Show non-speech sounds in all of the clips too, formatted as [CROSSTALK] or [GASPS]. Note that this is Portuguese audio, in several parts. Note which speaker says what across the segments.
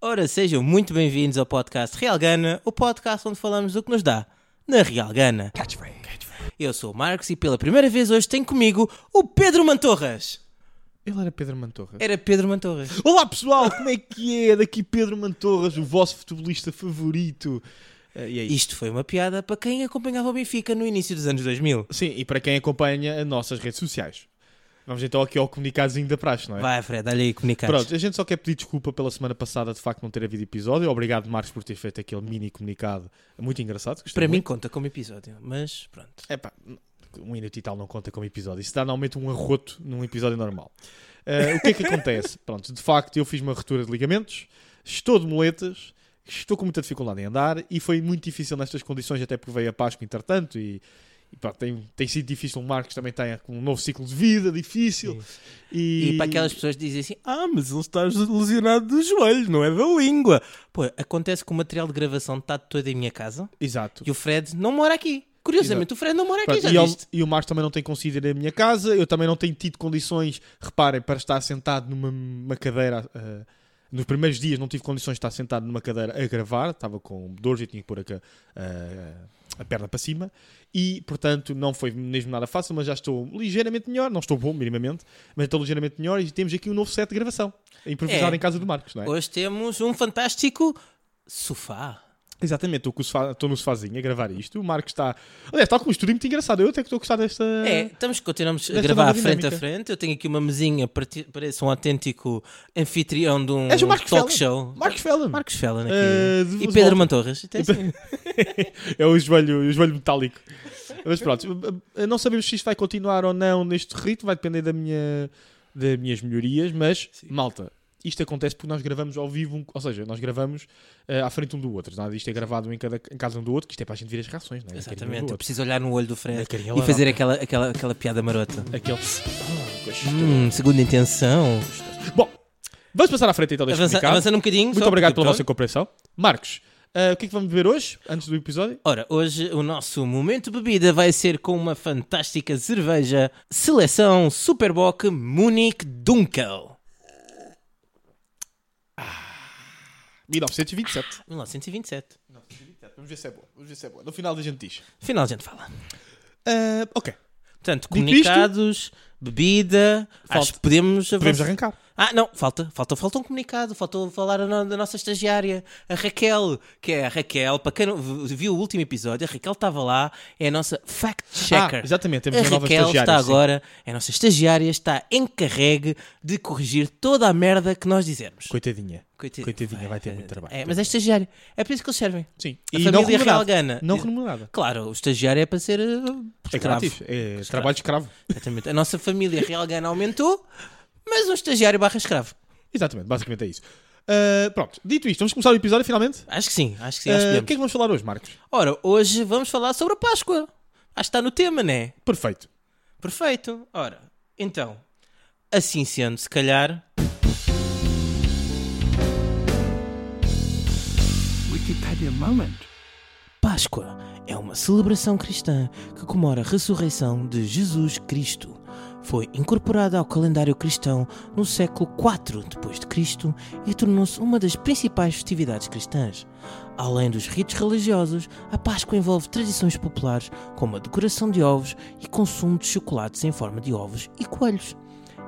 Speaker 1: Ora, sejam muito bem-vindos ao podcast Real Gana, o podcast onde falamos do que nos dá na Real Gana. Eu sou o Marcos e pela primeira vez hoje tenho comigo o Pedro Mantorras.
Speaker 2: Ele era Pedro Mantorras.
Speaker 1: Era Pedro Mantorras.
Speaker 2: É- Olá pessoal, como é que é? Daqui Pedro Mantorras, o vosso futebolista favorito. Eh, e é isso.
Speaker 1: Isto foi uma piada para quem acompanhava o Benfica no início dos anos 2000.
Speaker 2: Sim, e para quem acompanha as nossas redes sociais. Vamos então aqui ao comunicadozinho da praxe, não é?
Speaker 1: Vai, Fred, olha aí comunicar.
Speaker 2: Pronto, a gente só quer pedir desculpa pela semana passada de facto não ter havido episódio. Obrigado, Marcos, por ter feito aquele mini comunicado muito engraçado. é gostei
Speaker 1: Para mim
Speaker 2: muito.
Speaker 1: conta como episódio, mas pronto.
Speaker 2: Epá, um minuto e tal não conta como episódio. Isso dá normalmente um arroto num episódio normal. Eh, o que é
Speaker 1: [LAUGHS]
Speaker 2: que acontece? Pronto, de facto, eu fiz uma ruptura de ligamentos, estou de moletas, estou com muita dificuldade em andar e foi muito difícil nestas condições, até porque veio a Páscoa entretanto e. e pá, tem, tem sido difícil. O Marcos também tem um novo ciclo de vida difícil. E,
Speaker 1: E para aquelas pessoas que dizem assim: Ah, mas ele está lesionado do joelho, não é da língua. Pô, acontece que o material de gravação está todo em minha casa
Speaker 2: Exato.
Speaker 1: e o Fred não mora aqui. Curiosamente, o Fred não mora aqui,
Speaker 2: Pronto,
Speaker 1: É já
Speaker 2: e, ele-
Speaker 1: viste?
Speaker 2: e o Marcos também não tem conseguido ir à minha casa, eu também não tenho tido condições, reparem, para estar sentado numa uma cadeira. ah, nos primeiros dias não tive condições de estar sentado numa cadeira a gravar, estava com dores e tinha que pôr a, ca- eh, a- a perna para cima. E, portanto, não foi mesmo nada fácil, mas já estou ligeiramente melhor. Não estou bom, minimamente, mas estou ligeiramente melhor. E temos aqui um novo set de gravação, improvisado
Speaker 1: É.
Speaker 2: em casa do Marcos, não é?
Speaker 1: Hoje temos um fantástico sofá.
Speaker 2: Exatamente, estou, com o sofá- estou no sofazinho a gravar isto. O Marcos está. Aliás, está com um estúdio muito engraçado. Eu até que estou a gostar desta.
Speaker 1: É, estamos, continuamos a
Speaker 2: desta
Speaker 1: gravar
Speaker 2: nova
Speaker 1: frente a
Speaker 2: dinâmica.
Speaker 1: frente. Eu tenho aqui uma mesinha, parti- parece um autêntico anfitrião de um
Speaker 2: És o Marcos
Speaker 1: talk
Speaker 2: Fellan.
Speaker 1: show.
Speaker 2: Marcos Fellman.
Speaker 1: Marcos Fellan aqui.
Speaker 2: Eh, de-
Speaker 1: e
Speaker 2: de
Speaker 1: Pedro
Speaker 2: volta.
Speaker 1: Mantorras. Até assim.
Speaker 2: É o joelho, o joelho metálico. Mas pronto, eh, não sabemos se isto vai continuar ou não neste ritmo, vai depender da minha, das minhas melhorias, mas malta, isto acontece porque nós gravamos ao vivo, um- ou seja, nós gravamos eh, à frente um do outro, nada isto é gravado em, cada, em casa um do outro, que isto é para a gente ver as reações, não é?
Speaker 1: Exatamente, eu
Speaker 2: Aquele-
Speaker 1: preciso olhar no olho do Fred
Speaker 2: Na carinha
Speaker 1: e
Speaker 2: lá,
Speaker 1: fazer aquela, aquela, aquela piada marota.
Speaker 2: Aquele. Ah, gosto.
Speaker 1: Hum, segunda intenção.
Speaker 2: Bom, vamos passar à frente então deste
Speaker 1: Avança,
Speaker 2: comunicado.
Speaker 1: avançando um bocadinho.
Speaker 2: Muito
Speaker 1: só,
Speaker 2: obrigado pela
Speaker 1: porque
Speaker 2: vossa compreensão. Marcos, eh, o que é que vamos beber hoje, antes do episódio?
Speaker 1: Ora, hoje o nosso momento bebida vai ser com uma fantástica cerveja Seleção Superbock Munich Dunkel.
Speaker 2: 1927.
Speaker 1: 1927.
Speaker 2: Vamos ver se é boa. Vamos ver se é boa. No final a gente diz.
Speaker 1: Final a gente fala.
Speaker 2: Ah, ok.
Speaker 1: Portanto,
Speaker 2: Dito
Speaker 1: comunicados, bebida,
Speaker 2: Falta.
Speaker 1: acho que podemos
Speaker 2: Podemos
Speaker 1: avançar.
Speaker 2: arrancar.
Speaker 1: Ah, não, falta, falta, falta um comunicado, faltou falar a no- da nossa estagiária, a Raquel, que é a Raquel, para quem não v- viu o último episódio, a Raquel estava lá, é a nossa fact-checker.
Speaker 2: Ah, exatamente, temos
Speaker 1: a
Speaker 2: uma nova
Speaker 1: Raquel
Speaker 2: estagiária,
Speaker 1: está
Speaker 2: sim.
Speaker 1: agora, é a nossa estagiária, está encarregue de corrigir toda a merda que nós dizermos.
Speaker 2: Coitadinha.
Speaker 1: Coitadinha,
Speaker 2: Coitadinha, vai ter muito trabalho.
Speaker 1: É, mas é estagiária, é por isso que eles servem.
Speaker 2: Sim.
Speaker 1: A família real gana.
Speaker 2: Não remunerada.
Speaker 1: Claro, o estagiário é para ser uh,
Speaker 2: É
Speaker 1: escravo.
Speaker 2: grátis. É trabalho de escravo.
Speaker 1: Exatamente. A nossa família real gana aumentou, mas um estagiário barra escravo.
Speaker 2: Exatamente, basicamente é isso. Ah, pronto, dito isto, vamos começar o episódio finalmente.
Speaker 1: Acho que sim, acho que sim,
Speaker 2: Ah,
Speaker 1: acho que
Speaker 2: o que é que
Speaker 1: podemos.
Speaker 2: vamos falar hoje, Marcos?
Speaker 1: Ora, hoje vamos falar sobre a Páscoa. Acho que está no tema, né?
Speaker 2: Perfeito.
Speaker 1: Perfeito. Ora, então, assim sendo, se calhar.
Speaker 3: Wikipedia moment.
Speaker 1: Páscoa é uma celebração cristã que comemora a ressurreição de Jesus Cristo. Foi incorporada ao calendário cristão no século IV depois de Cristo e tornou-se uma das principais festividades cristãs. Além dos ritos religiosos, a Páscoa envolve tradições populares como a decoração de ovos e consumo de chocolates em forma de ovos e coelhos.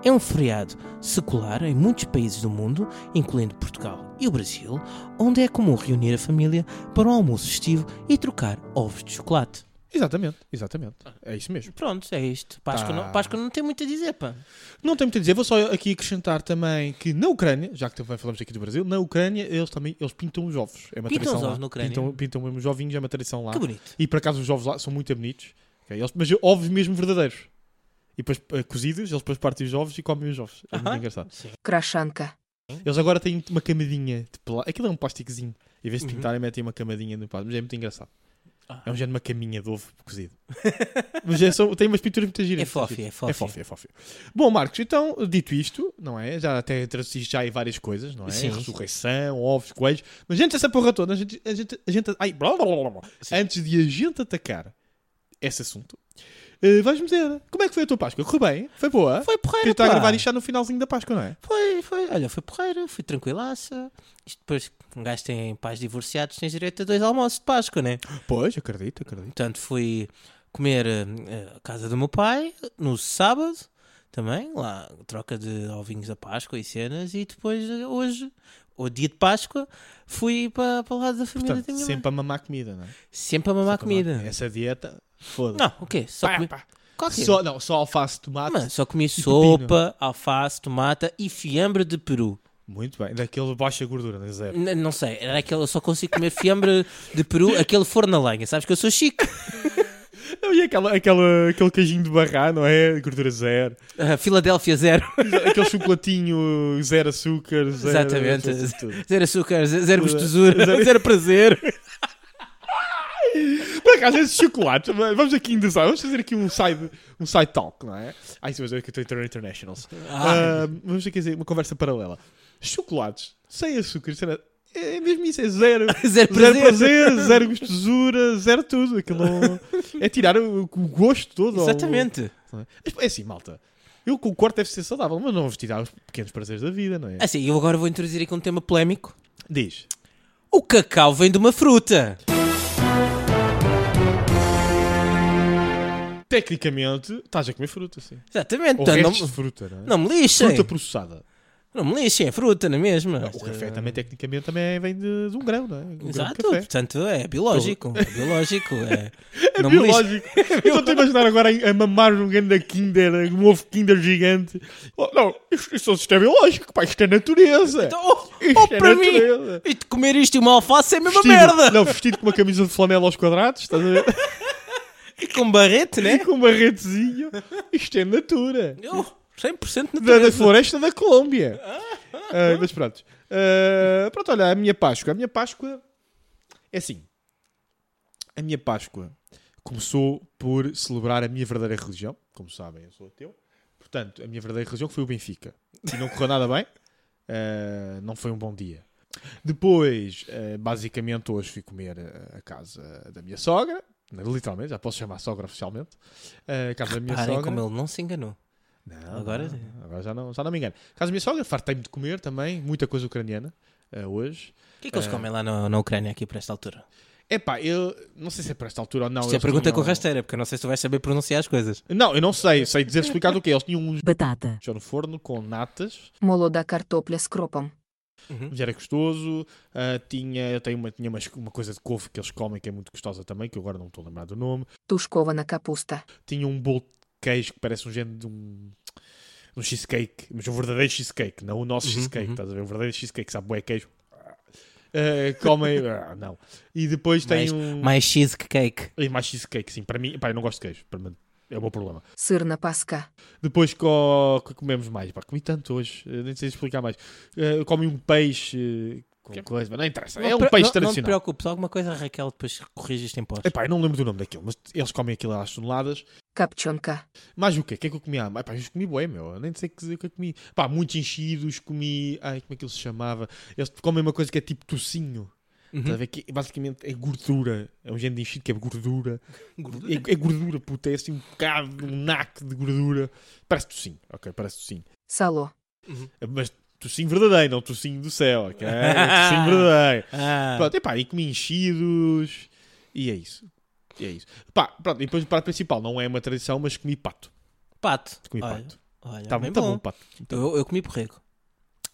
Speaker 1: É um feriado secular em muitos países do mundo, incluindo Portugal e o Brasil, onde é comum reunir a família para um almoço festivo e trocar ovos de chocolate.
Speaker 2: Exatamente, exatamente.
Speaker 1: Ah.
Speaker 2: É isso mesmo.
Speaker 1: Pronto, é isto. Páscoa,
Speaker 2: Tá.
Speaker 1: não, Páscoa não tem muito a dizer, pá.
Speaker 2: Não tenho muito a dizer, vou só aqui acrescentar também que na Ucrânia, já que também falamos aqui do Brasil, na Ucrânia eles também eles pintam os ovos. É uma
Speaker 1: Pintam
Speaker 2: tradição
Speaker 1: os
Speaker 2: lá.
Speaker 1: ovos na Ucrânia?
Speaker 2: Pintam, pintam mesmo os ovinhos, é uma tradição lá.
Speaker 1: Que bonito.
Speaker 2: E por acaso os ovos lá são muito bonitos. ok? Eles- mas ovos mesmo verdadeiros. E depois eh, cozidos, eles depois partem os ovos e comem os ovos. É muito
Speaker 1: Aham.
Speaker 2: engraçado.
Speaker 1: Sim.
Speaker 4: Crachanca.
Speaker 2: Eles agora têm uma camadinha de plástico. Aquilo é um plasticozinho. Em vez de
Speaker 1: Uhum.
Speaker 2: pintarem, metem uma camadinha no plástico. Mas é muito engraçado. É um género de uma caminha de ovo
Speaker 1: [LAUGHS]
Speaker 2: cozido. Mas é só- tem umas pinturas muito giras.
Speaker 1: É fofo, é fofo.
Speaker 2: É fofo, é fofo. Bom, Marcos, então, dito isto, não é? Já até traduziste já aí várias coisas, não é?
Speaker 1: Sim.
Speaker 2: Ressurreição, ovos, coelhos. Mas antes dessa porra toda, a gente... A gente, a gente ai, blá, blá, blá, blá.
Speaker 1: Sim.
Speaker 2: Antes de a gente atacar esse assunto, eh, vais-me dizer, como é que foi a tua Páscoa? Correu bem? Foi boa?
Speaker 1: Foi
Speaker 2: Porque
Speaker 1: porreira,
Speaker 2: está a
Speaker 1: pá.
Speaker 2: gravar isto já no finalzinho da Páscoa, não é?
Speaker 1: Foi, foi. Olha, foi porreira, foi tranquilaça. Isto depois, um gajo tem pais divorciados, tens direito a dois almoços de Páscoa, né?
Speaker 2: Pois, acredito, acredito.
Speaker 1: Portanto, fui comer eh, eh, à casa do meu pai no sábado também, lá, troca de ovinhos da Páscoa e cenas, e depois eh, hoje, o dia de Páscoa, fui para, para o lado da família da
Speaker 2: Portanto,
Speaker 1: minha mãe.
Speaker 2: sempre a mamar comida, não é?
Speaker 1: Sempre a mamar comida.
Speaker 2: Essa dieta, foda-se.
Speaker 1: Não, o quê? Só
Speaker 2: É Pá,
Speaker 1: comi...
Speaker 2: pá.
Speaker 1: Qual que é?
Speaker 2: Só, não, só alface, tomate.
Speaker 1: Mano, só comi
Speaker 2: pepino.
Speaker 1: sopa, alface, tomata e fiambre de peru.
Speaker 2: Muito bem. Daquele baixa gordura, não é zero.
Speaker 1: N- não sei, era aquele, eu só consigo comer fiambre de peru, aquele forno na lenha. Sabes que eu sou chique.
Speaker 2: E aquela, aquela, aquele queijinho de barrar, não é? Gordura zero.
Speaker 1: Ah, Filadélfia zero. [LAUGHS]
Speaker 2: Aquele chocolatinho zero açúcar. Zero,
Speaker 1: Exatamente.
Speaker 2: zero tudo.
Speaker 1: Zero açúcar, ze- zero gostosura, zero prazer.
Speaker 2: Por acaso, esses chocolates, mas vamos aqui endereçar, vamos fazer aqui um side, um side talk, não é? Ai, sim, mas é que eu estou a entrar em internationals.
Speaker 1: Ah.
Speaker 2: Ah, vamos aqui dizer uma conversa paralela. Chocolates sem açúcar, sem nada, é é mesmo isso, é zero.
Speaker 1: [LAUGHS] Zero
Speaker 2: Zero
Speaker 1: prazer.
Speaker 2: prazer, zero gostosura, zero tudo.
Speaker 1: [LAUGHS]
Speaker 2: Aquilo não- é tirar o, o gosto todo. ao-
Speaker 1: Exatamente.
Speaker 2: Mas, É assim, malta. Eu concordo, deve ser saudável, mas não vamos tirar os pequenos prazeres da vida, não é?
Speaker 1: Assim, eu agora vou introduzir aqui um tema polémico.
Speaker 2: Diz.
Speaker 1: O cacau vem de uma fruta.
Speaker 2: Tecnicamente, estás a comer fruta, sim.
Speaker 1: Exatamente.
Speaker 2: Ou
Speaker 1: Portanto,
Speaker 2: restos de
Speaker 1: Então, não,
Speaker 2: fruta, não é?
Speaker 1: não me lixem.
Speaker 2: fruta processada.
Speaker 1: Não me lixem, é fruta, não é mesmo?
Speaker 2: Não, o café também, tecnicamente, também vem de, de um grão, não é? Um grão de
Speaker 1: Exato,
Speaker 2: café.
Speaker 1: portanto é biológico. É biológico. É,
Speaker 2: [LAUGHS] É
Speaker 1: não me lixe.
Speaker 2: biológico. Eu só estou a imaginar agora a mamar um grande Kinder, um ovo Kinder gigante. Oh, não, isto, isto, isto é biológico, pá, isto é natureza.
Speaker 1: Então, oh,
Speaker 2: Isto
Speaker 1: oh,
Speaker 2: é
Speaker 1: para mim,
Speaker 2: natureza.
Speaker 1: e de comer isto e uma alface é a mesma
Speaker 2: Vestido-
Speaker 1: merda.
Speaker 2: Não, vestido com uma camisa de flanela aos quadrados, estás a ver?
Speaker 1: Com barrete, [LAUGHS] né?
Speaker 2: com um barretezinho. Isto é natura.
Speaker 1: Eu, 100%
Speaker 2: [LAUGHS] Da, da
Speaker 1: natureza.
Speaker 2: floresta da Colômbia. Ah, mas pronto. Ah, pronto, olha, a minha Páscoa. A minha Páscoa é assim. A minha Páscoa começou por celebrar a minha verdadeira religião. Como sabem, eu sou ateu. Portanto, a minha verdadeira religião foi o Benfica. E não correu nada bem. Ah, não foi um bom dia. Depois, eh, basicamente, hoje fui comer eh, a casa da minha sogra. Literalmente, já posso chamar sogra oficialmente. Eh, a casa da minha
Speaker 1: Parem
Speaker 2: sogra.
Speaker 1: como ele não se enganou.
Speaker 2: Não,
Speaker 1: Agora-
Speaker 2: não, agora já não, já não me engano. Caso minha sogra, fartei-me de comer também, muita coisa ucraniana eh, hoje.
Speaker 1: O que é que eles
Speaker 2: É.
Speaker 1: comem lá na, na Ucrânia aqui para esta altura?
Speaker 2: Epá, eu não sei se é para esta altura ou não.
Speaker 1: Isto é
Speaker 2: eles
Speaker 1: pergunta com
Speaker 2: tinham- um-
Speaker 1: rasteira, porque eu não sei se tu vais saber pronunciar as coisas.
Speaker 2: Não, eu não sei, sei dizer explicar o que Eles tinham uns [LAUGHS]
Speaker 4: Батата.
Speaker 2: já no forno com natas,
Speaker 4: Молода картопля з кропом.
Speaker 2: já era gostoso. ah, tinha eu tenho uma, tinha umas- uma, coisa de couve que eles comem que é muito gostosa também, que eu agora não me estou a lembrar do nome.
Speaker 4: Тушкована капуста.
Speaker 2: Tinha um bolo de queijo que parece um género de um. Um cheesecake, mas um verdadeiro cheesecake, não o nosso
Speaker 1: Uhum,
Speaker 2: cheesecake,
Speaker 1: uhum.
Speaker 2: estás a ver? Um verdadeiro cheesecake, sabe, bué queijo. Ah, comem, ah, não. E depois tem
Speaker 1: Mais-
Speaker 2: um.
Speaker 1: Mais cheese que cake.
Speaker 2: E mais cheesecake, sim. Para mim, pá, eu não gosto de queijo. Para mim, é o meu problema.
Speaker 4: Сирна паска.
Speaker 2: Depois co... que comemos mais. Pá, comi tanto hoje, eh, nem sei explicar mais. Eh, comi um peixe eh, com coisa, mas não interessa. é um
Speaker 1: pre-
Speaker 2: peixe
Speaker 1: não, Não te
Speaker 2: tradicional.
Speaker 1: preocupes, alguma coisa, Raquel, depois corriges em pós.
Speaker 2: Epá, eu não lembro do nome daquilo, mas eles comem aquilo às toneladas.
Speaker 4: Капчонка.
Speaker 2: Mas o quê? O que é que eu comi? Ah, pá, eu comi bué, meu. Eu Nem sei que- o que eu comi. Pá, muitos enchidos, comi... Ai, como é que ele se chamava? Eles comem uma coisa que é tipo
Speaker 1: Uhum.
Speaker 2: tocinho.
Speaker 1: Tá
Speaker 2: Estás a ver? Que basicamente é gordura. É um género de enchido que é gordura. É, é gordura, puta. É assim um bocado, um naco de gordura. Parece tocinho, ok? Parece tocinho.
Speaker 4: Сало.
Speaker 2: Mas tocinho verdadeiro, não tocinho do céu, ok? É
Speaker 1: [LAUGHS]
Speaker 2: tocinho verdadeiro.
Speaker 1: Ah,
Speaker 2: Pronto, e pá, e comi enchidos. E é isso. E é isso. Pá, pronto, e depois o prato principal. Não é uma tradição, mas comi pato.
Speaker 1: pato.
Speaker 2: Comi
Speaker 1: Olha,
Speaker 2: pato.
Speaker 1: olha,
Speaker 2: Tá
Speaker 1: bem
Speaker 2: muito bom,
Speaker 1: bom.
Speaker 2: pato. Tá bom.
Speaker 1: Eu, eu comi borrego.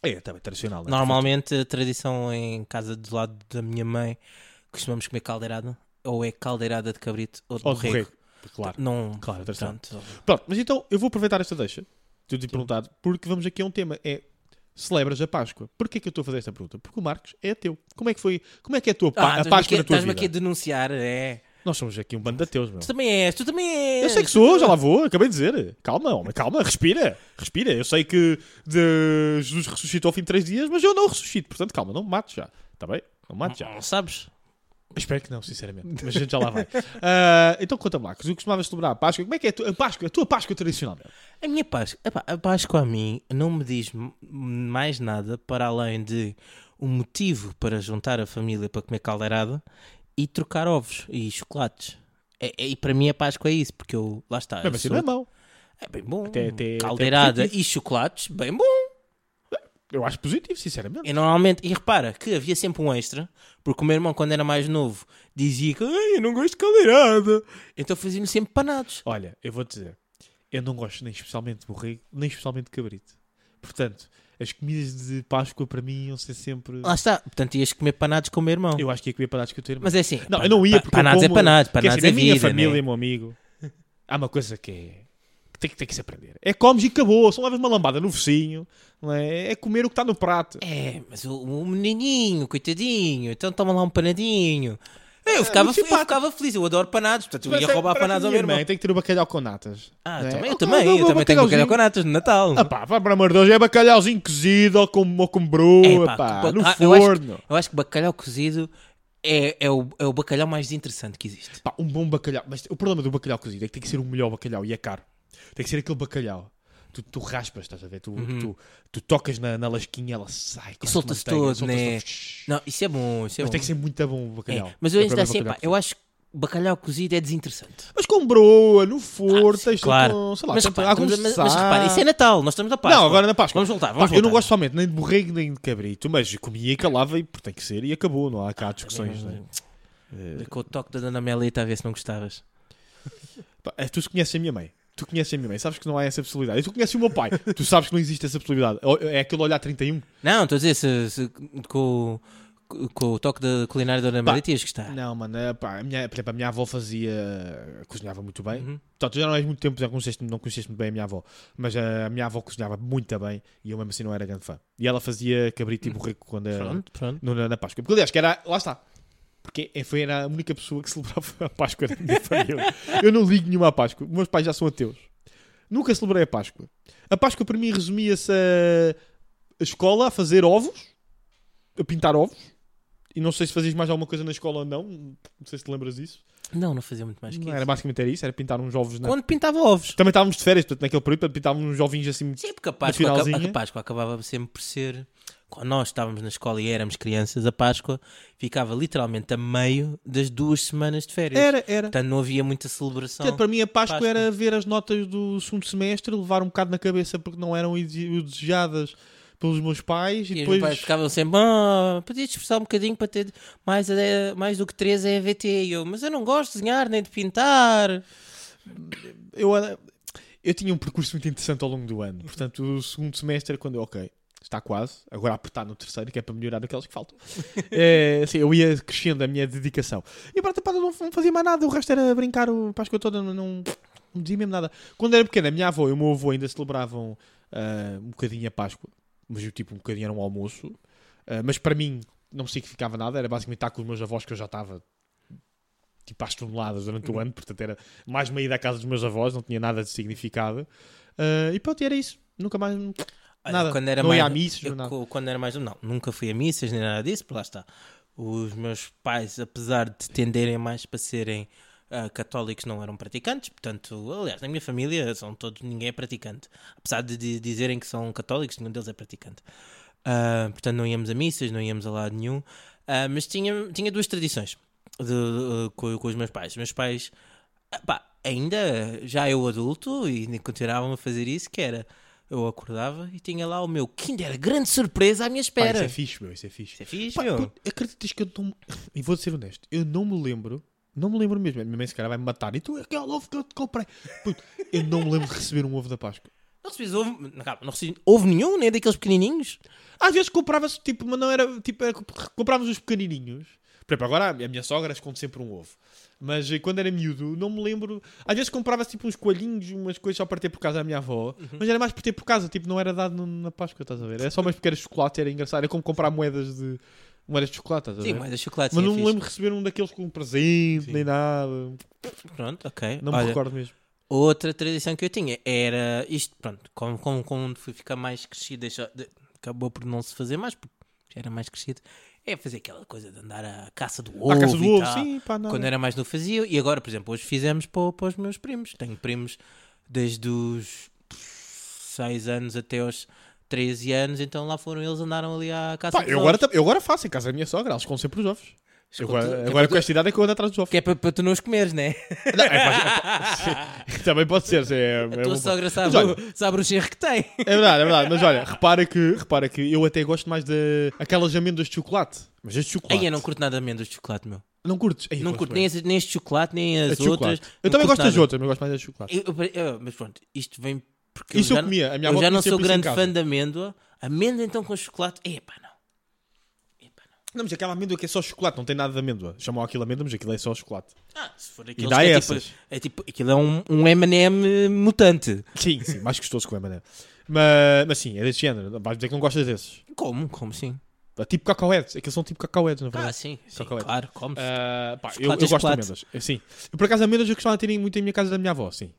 Speaker 2: É, também tradicional. né?
Speaker 1: Normalmente, a tradição em casa do lado da minha mãe, costumamos comer caldeirada. Ou é caldeirada de cabrito ou de
Speaker 2: Ou de
Speaker 1: borrego.
Speaker 2: borrego. Claro.
Speaker 1: Não.
Speaker 2: Claro, é tradição.
Speaker 1: Pronto.
Speaker 2: Pronto, mas então eu vou aproveitar esta deixa. Tu te perguntado, porque vamos aqui a um tema. É celebras a Páscoa. Porquê é que eu estou a fazer esta pergunta? Porque o Marcos é ateu. Como é que foi? Como é que é a tua pá-
Speaker 1: Ah,
Speaker 2: a
Speaker 1: estás-me
Speaker 2: Páscoa
Speaker 1: aqui-
Speaker 2: na tua
Speaker 1: estás-me
Speaker 2: vida?
Speaker 1: aqui a denunciar, é.
Speaker 2: Nós somos aqui um bando de ateus, meu.
Speaker 1: Tu também és, tu também és.
Speaker 2: Eu sei que sou, já lá vou, acabei de dizer. Calma, homem, calma, respira, respira. Eu sei que de- Jesus Tá ressuscitou ao fim de três dias, mas eu não ressuscito. Portanto, calma, não me mate já. Está bem? Não me mate já.
Speaker 1: Não sabes?
Speaker 2: Espero que não, sinceramente.
Speaker 1: [LAUGHS]
Speaker 2: Mas a gente já lá vai. Ah, então conta-me lá, tu costumavas celebrar a Páscoa. Como é que é a tua a Páscoa, a tua Páscoa tradicional?
Speaker 1: A minha Páscoa, epá, a Páscoa a mim não me diz m- mais nada para além de um motivo para juntar a família para comer caldeirada e trocar ovos e chocolates. É- é- E para mim a Páscoa é isso, porque eu, lá está,
Speaker 2: Não,
Speaker 1: eu
Speaker 2: mas isso
Speaker 1: sou-
Speaker 2: não é mau.
Speaker 1: é bem bom.
Speaker 2: Até- até-
Speaker 1: caldeirada
Speaker 2: até
Speaker 1: e chocolates, bem bom.
Speaker 2: Eu acho positivo, sinceramente.
Speaker 1: E normalmente, e repara que havia sempre um extra, porque o meu irmão, quando era mais novo, dizia que "Ai, eu não gosto de caldeirada, então faziam sempre panados.
Speaker 2: Olha, eu vou dizer, eu não gosto nem especialmente de borrego, nem especialmente de cabrito. Portanto, as comidas de Páscoa para mim iam ser sempre.
Speaker 1: Lá está, portanto ias comer panados com o meu irmão.
Speaker 2: Eu acho que ia comer panados com o teu irmão.
Speaker 1: Ah, Mas é assim,
Speaker 2: Não,
Speaker 1: pan-
Speaker 2: eu não ia
Speaker 1: pan-
Speaker 2: porque. eu
Speaker 1: panados é
Speaker 2: como-
Speaker 1: panados,
Speaker 2: Quer dizer,
Speaker 1: panados
Speaker 2: na
Speaker 1: é
Speaker 2: minha
Speaker 1: vida,
Speaker 2: família,
Speaker 1: né?
Speaker 2: meu amigo. Há uma coisa que é. que tem, que tem que se aprender. É comes e acabou. Só levas uma lambada no focinho. Não é? é comer o que está no prato.
Speaker 1: É, mas o, o menininho, coitadinho, então toma lá um panadinho. Eu, ficava,
Speaker 2: muito
Speaker 1: eu
Speaker 2: É, simpático.
Speaker 1: ficava feliz, eu adoro panados, portanto eu
Speaker 2: Mas
Speaker 1: ia
Speaker 2: é-
Speaker 1: roubar
Speaker 2: para
Speaker 1: panados
Speaker 2: a
Speaker 1: ao meu
Speaker 2: minha
Speaker 1: irmão.
Speaker 2: mãe tem que ter o bacalhau com natas.
Speaker 1: Ah,
Speaker 2: não é?
Speaker 1: também,
Speaker 2: Ah,
Speaker 1: eu também,
Speaker 2: não,
Speaker 1: eu também
Speaker 2: não,
Speaker 1: tenho
Speaker 2: bacalhauzinho.
Speaker 1: bacalhau com natas no Natal.
Speaker 2: Ah pá, vai para amor de Deus, é bacalhauzinho cozido ou com, ou com broa,
Speaker 1: É, pá,
Speaker 2: pá,
Speaker 1: com-
Speaker 2: no
Speaker 1: ah, eu acho
Speaker 2: forno.
Speaker 1: Eu acho que bacalhau cozido é, é, o, é o bacalhau mais desinteressante que existe.
Speaker 2: Pá, um bom bacalhau. Mas o problema do bacalhau cozido é que tem que ser o melhor bacalhau e é caro. Tem que ser aquele bacalhau. Tu, tu raspas, estás a ver? Tu, tu, tu tocas na, na lasquinha, ela sai. com
Speaker 1: Uhum. solta-se
Speaker 2: manteiga,
Speaker 1: todo,
Speaker 2: solta-se
Speaker 1: né?
Speaker 2: todo.
Speaker 1: Não, isso é bom, isso é
Speaker 2: Mas
Speaker 1: bom.
Speaker 2: tem que ser muito bom o bacalhau.
Speaker 1: É, mas eu
Speaker 2: É
Speaker 1: ainda
Speaker 2: para
Speaker 1: assim,
Speaker 2: bacalhau
Speaker 1: pá, eu acho que bacalhau cozido é desinteressante.
Speaker 2: cozido. Mas com broa, no forno, tens
Speaker 1: Ah, claro.
Speaker 2: com, então, sei lá,
Speaker 1: mas,
Speaker 2: tem-
Speaker 1: repara,
Speaker 2: alguns
Speaker 1: estamos a- mas, mas repara, isso é
Speaker 2: sais.
Speaker 1: Natal, nós estamos na Páscoa.
Speaker 2: Não, agora é na Páscoa.
Speaker 1: Vamos voltar, Ah, vamos
Speaker 2: Pá, eu não
Speaker 1: voltar.
Speaker 2: gosto somente nem de borrego nem de cabrito, mas comia e calava e pô, tem que ser e acabou, não há cá discussões. né?
Speaker 1: Com o toque da Dona Melita a ver se não gostavas.
Speaker 2: Pá, é, tu conheces a minha mãe. Tu conheces a minha mãe, sabes que não há essa possibilidade. E tu conheces o
Speaker 1: [LAUGHS]
Speaker 2: meu pai, tu sabes que não existe essa possibilidade. Ou- É aquele olhar 31.
Speaker 1: Não, estou a dizer, se, se- com, o- com o toque da culinária da Dona
Speaker 2: Pá.
Speaker 1: Marita ias gostar.
Speaker 2: Não, mano, é, pá, a minha, por exemplo, a minha avó fazia. cozinhava muito bem.
Speaker 1: Uhum.
Speaker 2: Portanto, tu já não és muito tempo, já conheceste, não conheceste muito bem a minha avó. Mas eh, a minha avó cozinhava muito bem e eu mesmo assim não era grande fã. E ela fazia cabrito e borrego quando era.
Speaker 1: Uhum. Pronto, pronto.
Speaker 2: no- na, na Páscoa. Porque aliás, que era, lá está. Porque é- foi era a única pessoa que [LAUGHS] celebrava a Páscoa da minha família. Eu não ligo nenhuma à Páscoa. Meus pais já são ateus. Nunca celebrei a Páscoa. A Páscoa para mim resumia-se a... a escola a fazer ovos, a pintar ovos. E não sei se fazias mais alguma coisa na escola ou não. Não sei se te lembras disso.
Speaker 1: Não, não fazia muito mais que
Speaker 2: Não,
Speaker 1: isso.
Speaker 2: era basicamente era isso, era pintar uns ovos na.
Speaker 1: Quando pintava ovos.
Speaker 2: Também estávamos de férias, portanto, naquele período, portanto, pintávamos uns ovinhos assim. muito-
Speaker 1: Sim, porque a Páscoa, aca-
Speaker 2: finalzinha.
Speaker 1: a Páscoa acabava sempre por ser. Quando nós estávamos na escola e éramos crianças, a Páscoa ficava literalmente a meio das duas semanas de férias.
Speaker 2: Era, era.
Speaker 1: Portanto, não havia muita celebração.
Speaker 2: Portanto, para mim a Páscoa,
Speaker 1: Páscoa.
Speaker 2: era ver as notas do segundo semestre, levar um bocado na cabeça porque não eram ide- o desejadas pelos meus pais
Speaker 1: E os
Speaker 2: e,
Speaker 1: meus
Speaker 2: depois
Speaker 1: pais ficavam sempre, ah, podias esforçar um bocadinho para ter mais, eh, mais do que 3 é VT. E eu, mas eu não gosto de desenhar nem de pintar.
Speaker 2: eu, era- eu tinha um percurso muito interessante ao longo do ano. Portanto, o segundo semestre é quando eu, ok, está quase, agora a apertar no terceiro, que é para melhorar aquelas que faltam. é, assim, eu ia crescendo a minha dedicação. E a parte pá, não, não fazia mais nada, o resto era brincar o Páscoa toda, não, não, não dizia mesmo nada. Quando era pequena, a minha avó e o meu avô ainda celebravam ah, um bocadinho a Páscoa, mas eu, tipo, um bocadinho era um almoço. Ah, mas para mim, não significava nada, era basicamente estar com os meus avós que eu já estava tipo às toneladas durante o ano, portanto era mais uma ida à casa dos meus avós, não tinha nada de significado. Ah, e pronto, e era isso. Nunca mais.
Speaker 1: Olha,
Speaker 2: Nada.
Speaker 1: Quando era
Speaker 2: Não
Speaker 1: mais,
Speaker 2: ia a missas,
Speaker 1: eu
Speaker 2: não nada.
Speaker 1: co- Quando era mais não, nunca fui a missas nem nada disso, porque lá está. Os meus pais, apesar de tenderem mais para serem ah, católicos, não eram praticantes. Portanto, aliás, na minha família são todos, ninguém é praticante. Apesar de, di- dizerem que são católicos, nenhum deles é praticante. Ah, portanto, não íamos a missas, não íamos a lado nenhum. Ah, mas tinha, tinha duas tradições de- de- com, com os meus pais. Os meus pais, ah, pá, ainda já eu adulto, e continuavam a fazer isso, que era eu acordava e tinha lá o meu Kinder Grande Surpresa à minha
Speaker 2: Pá,
Speaker 1: espera.
Speaker 2: isso é fixe, meu, isso é fixe.
Speaker 1: Isso é fixe,
Speaker 2: Pá,
Speaker 1: meu.
Speaker 2: puto, acreditas que eu não. E vou ser honesto, eu não me lembro. Não me lembro mesmo. A minha mãe, se calhar, vai me matar. E tu, aquele ovo que eu te comprei. Puto, eu não me lembro de receber um ovo da Páscoa.
Speaker 1: Não recebes ovo, não, calma, não recebes ovo nenhum, nem é daqueles pequenininhos.
Speaker 2: Às vezes comprava-se, tipo, mas não era. Tipo, era- comprávamos os pequenininhos. Por exemplo, agora a minha sogra esconde sempre um ovo. Mas eh, quando era miúdo, não me lembro. Às vezes comprava-se tipo uns coelhinhos, umas coisas só para ter por casa da minha avó.
Speaker 1: Uhum.
Speaker 2: Mas era mais por ter por casa, tipo, não era dado no- na Páscoa, estás a ver? Era só mais porque era chocolate, era engraçado. Era como comprar moedas de. moedas de chocolate, estás a
Speaker 1: Sim,
Speaker 2: ver?
Speaker 1: mas de chocolate.
Speaker 2: Mas
Speaker 1: sim, é
Speaker 2: não me
Speaker 1: fixe.
Speaker 2: lembro de receber um daqueles com um presente, nem nada.
Speaker 1: Pronto, ok.
Speaker 2: Não
Speaker 1: Olha,
Speaker 2: me recordo mesmo.
Speaker 1: Outra tradição que eu tinha era isto, pronto, como, como, como fui ficar mais crescido, deixa- de- acabou por não se fazer mais, porque já era mais crescido, é fazer aquela coisa de andar à caça do
Speaker 2: a
Speaker 1: ovo.
Speaker 2: caça do
Speaker 1: e
Speaker 2: ovo,
Speaker 1: tal.
Speaker 2: sim, pá, nada.
Speaker 1: Quando era mais novo fazia, e agora, por exemplo, hoje fizemos para, para os meus primos. Tenho primos desde os 6 anos até aos 13 anos, então lá foram eles, andaram ali à caça
Speaker 2: Pá,
Speaker 1: dos
Speaker 2: eu, agora,
Speaker 1: ovos.
Speaker 2: tam- eu agora faço em casa da minha sogra, eles com sempre os ovos. Eu
Speaker 1: Escuta,
Speaker 2: agora
Speaker 1: que é
Speaker 2: agora
Speaker 1: para
Speaker 2: com esta idade é que eu ando atrás dos
Speaker 1: tu-
Speaker 2: ovos.
Speaker 1: Que é para, para tu não os comeres, né?
Speaker 2: Não, é, pá, também pode [LAUGHS] ser. É, é
Speaker 1: A tua
Speaker 2: uma-
Speaker 1: sogra sabe,
Speaker 2: Mas
Speaker 1: o- sabe o cheiro que [LAUGHS] tem.
Speaker 2: É verdade, é verdade. Mas olha, repara que, repara que eu até gosto mais de aquelas amêndoas de chocolate. Mas este chocolate.
Speaker 1: Ai, eu não curto nada de amêndoas de chocolate, meu.
Speaker 2: Não curtes? Ei, eu
Speaker 1: não
Speaker 2: gosto
Speaker 1: curto
Speaker 2: bem.
Speaker 1: nem, esse- nem este chocolate, nem
Speaker 2: A
Speaker 1: as
Speaker 2: É de
Speaker 1: outras.
Speaker 2: chocolate. Eu
Speaker 1: não
Speaker 2: também
Speaker 1: curto
Speaker 2: gosto das
Speaker 1: nada.
Speaker 2: outras, mas eu gosto mais das de chocolate.
Speaker 1: Eu- eu- eu- mas pronto, isto vem porque
Speaker 2: Isso
Speaker 1: eu
Speaker 2: eu
Speaker 1: já, não-
Speaker 2: comia. A minha
Speaker 1: eu
Speaker 2: avó
Speaker 1: já
Speaker 2: tinha
Speaker 1: não sou
Speaker 2: sempre isso em
Speaker 1: grande
Speaker 2: casa.
Speaker 1: fã de amêndoa. Amêndoa então com chocolate. Epá, não.
Speaker 2: Não, mas aquela amêndoa que é só chocolate, não tem nada de amêndoa. Chamam aquilo amêndoa, mas aquilo é só chocolate.
Speaker 1: Ah, se for aquilo
Speaker 2: dá
Speaker 1: que é
Speaker 2: essas.
Speaker 1: tipo, é tipo, aquilo é um, um M&M mutante.
Speaker 2: Sim, sim, mais gostoso que o M&M. Mas, mas sim, é desse género. Vais dizer que não gostas desses.
Speaker 1: Como? Como sim?
Speaker 2: É Tipo cacauetes. Aqueles são tipo cacauetes, na verdade.
Speaker 1: Ah, sim. sim,
Speaker 2: Chocolate.
Speaker 1: claro, como se
Speaker 2: Ah, pá, eu, eu
Speaker 1: Chocolate é
Speaker 2: gosto de
Speaker 1: chocolate.
Speaker 2: amêndoas. Eu, Sim. Eu, por acaso, amêndoas eu gostava de terem muito em minha casa da minha avó, sim.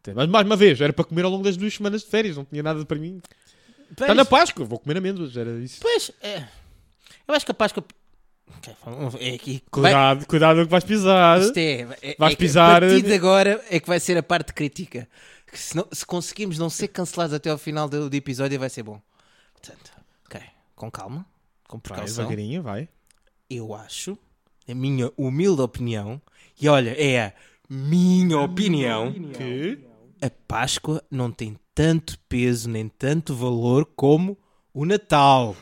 Speaker 2: Tem- Mas mais uma vez, era para comer ao longo das duas semanas de férias, não tinha nada para mim. Está tá na Páscoa, vou comer amêndoas, era isso.
Speaker 1: Pois, é. Eu acho que a Páscoa... Ok, vamos- É aqui. Vai-
Speaker 2: Cuidado, cuidado com o que vais pisar.
Speaker 1: Isto é, é,
Speaker 2: Vais
Speaker 1: é que
Speaker 2: pisar- eh,
Speaker 1: A partir de agora é que vai ser a parte crítica. Que se, não- se conseguirmos não ser cancelados até ao final do, do episódio, vai ser bom. Portanto, ok. Com calma, com
Speaker 2: Vai,
Speaker 1: precaução.
Speaker 2: devagarinho, vai.
Speaker 1: eu acho, a minha humilde opinião, e olha, é a minha opinião,
Speaker 2: Que?
Speaker 1: a Páscoa não tem tanto peso nem tanto valor como o Natal.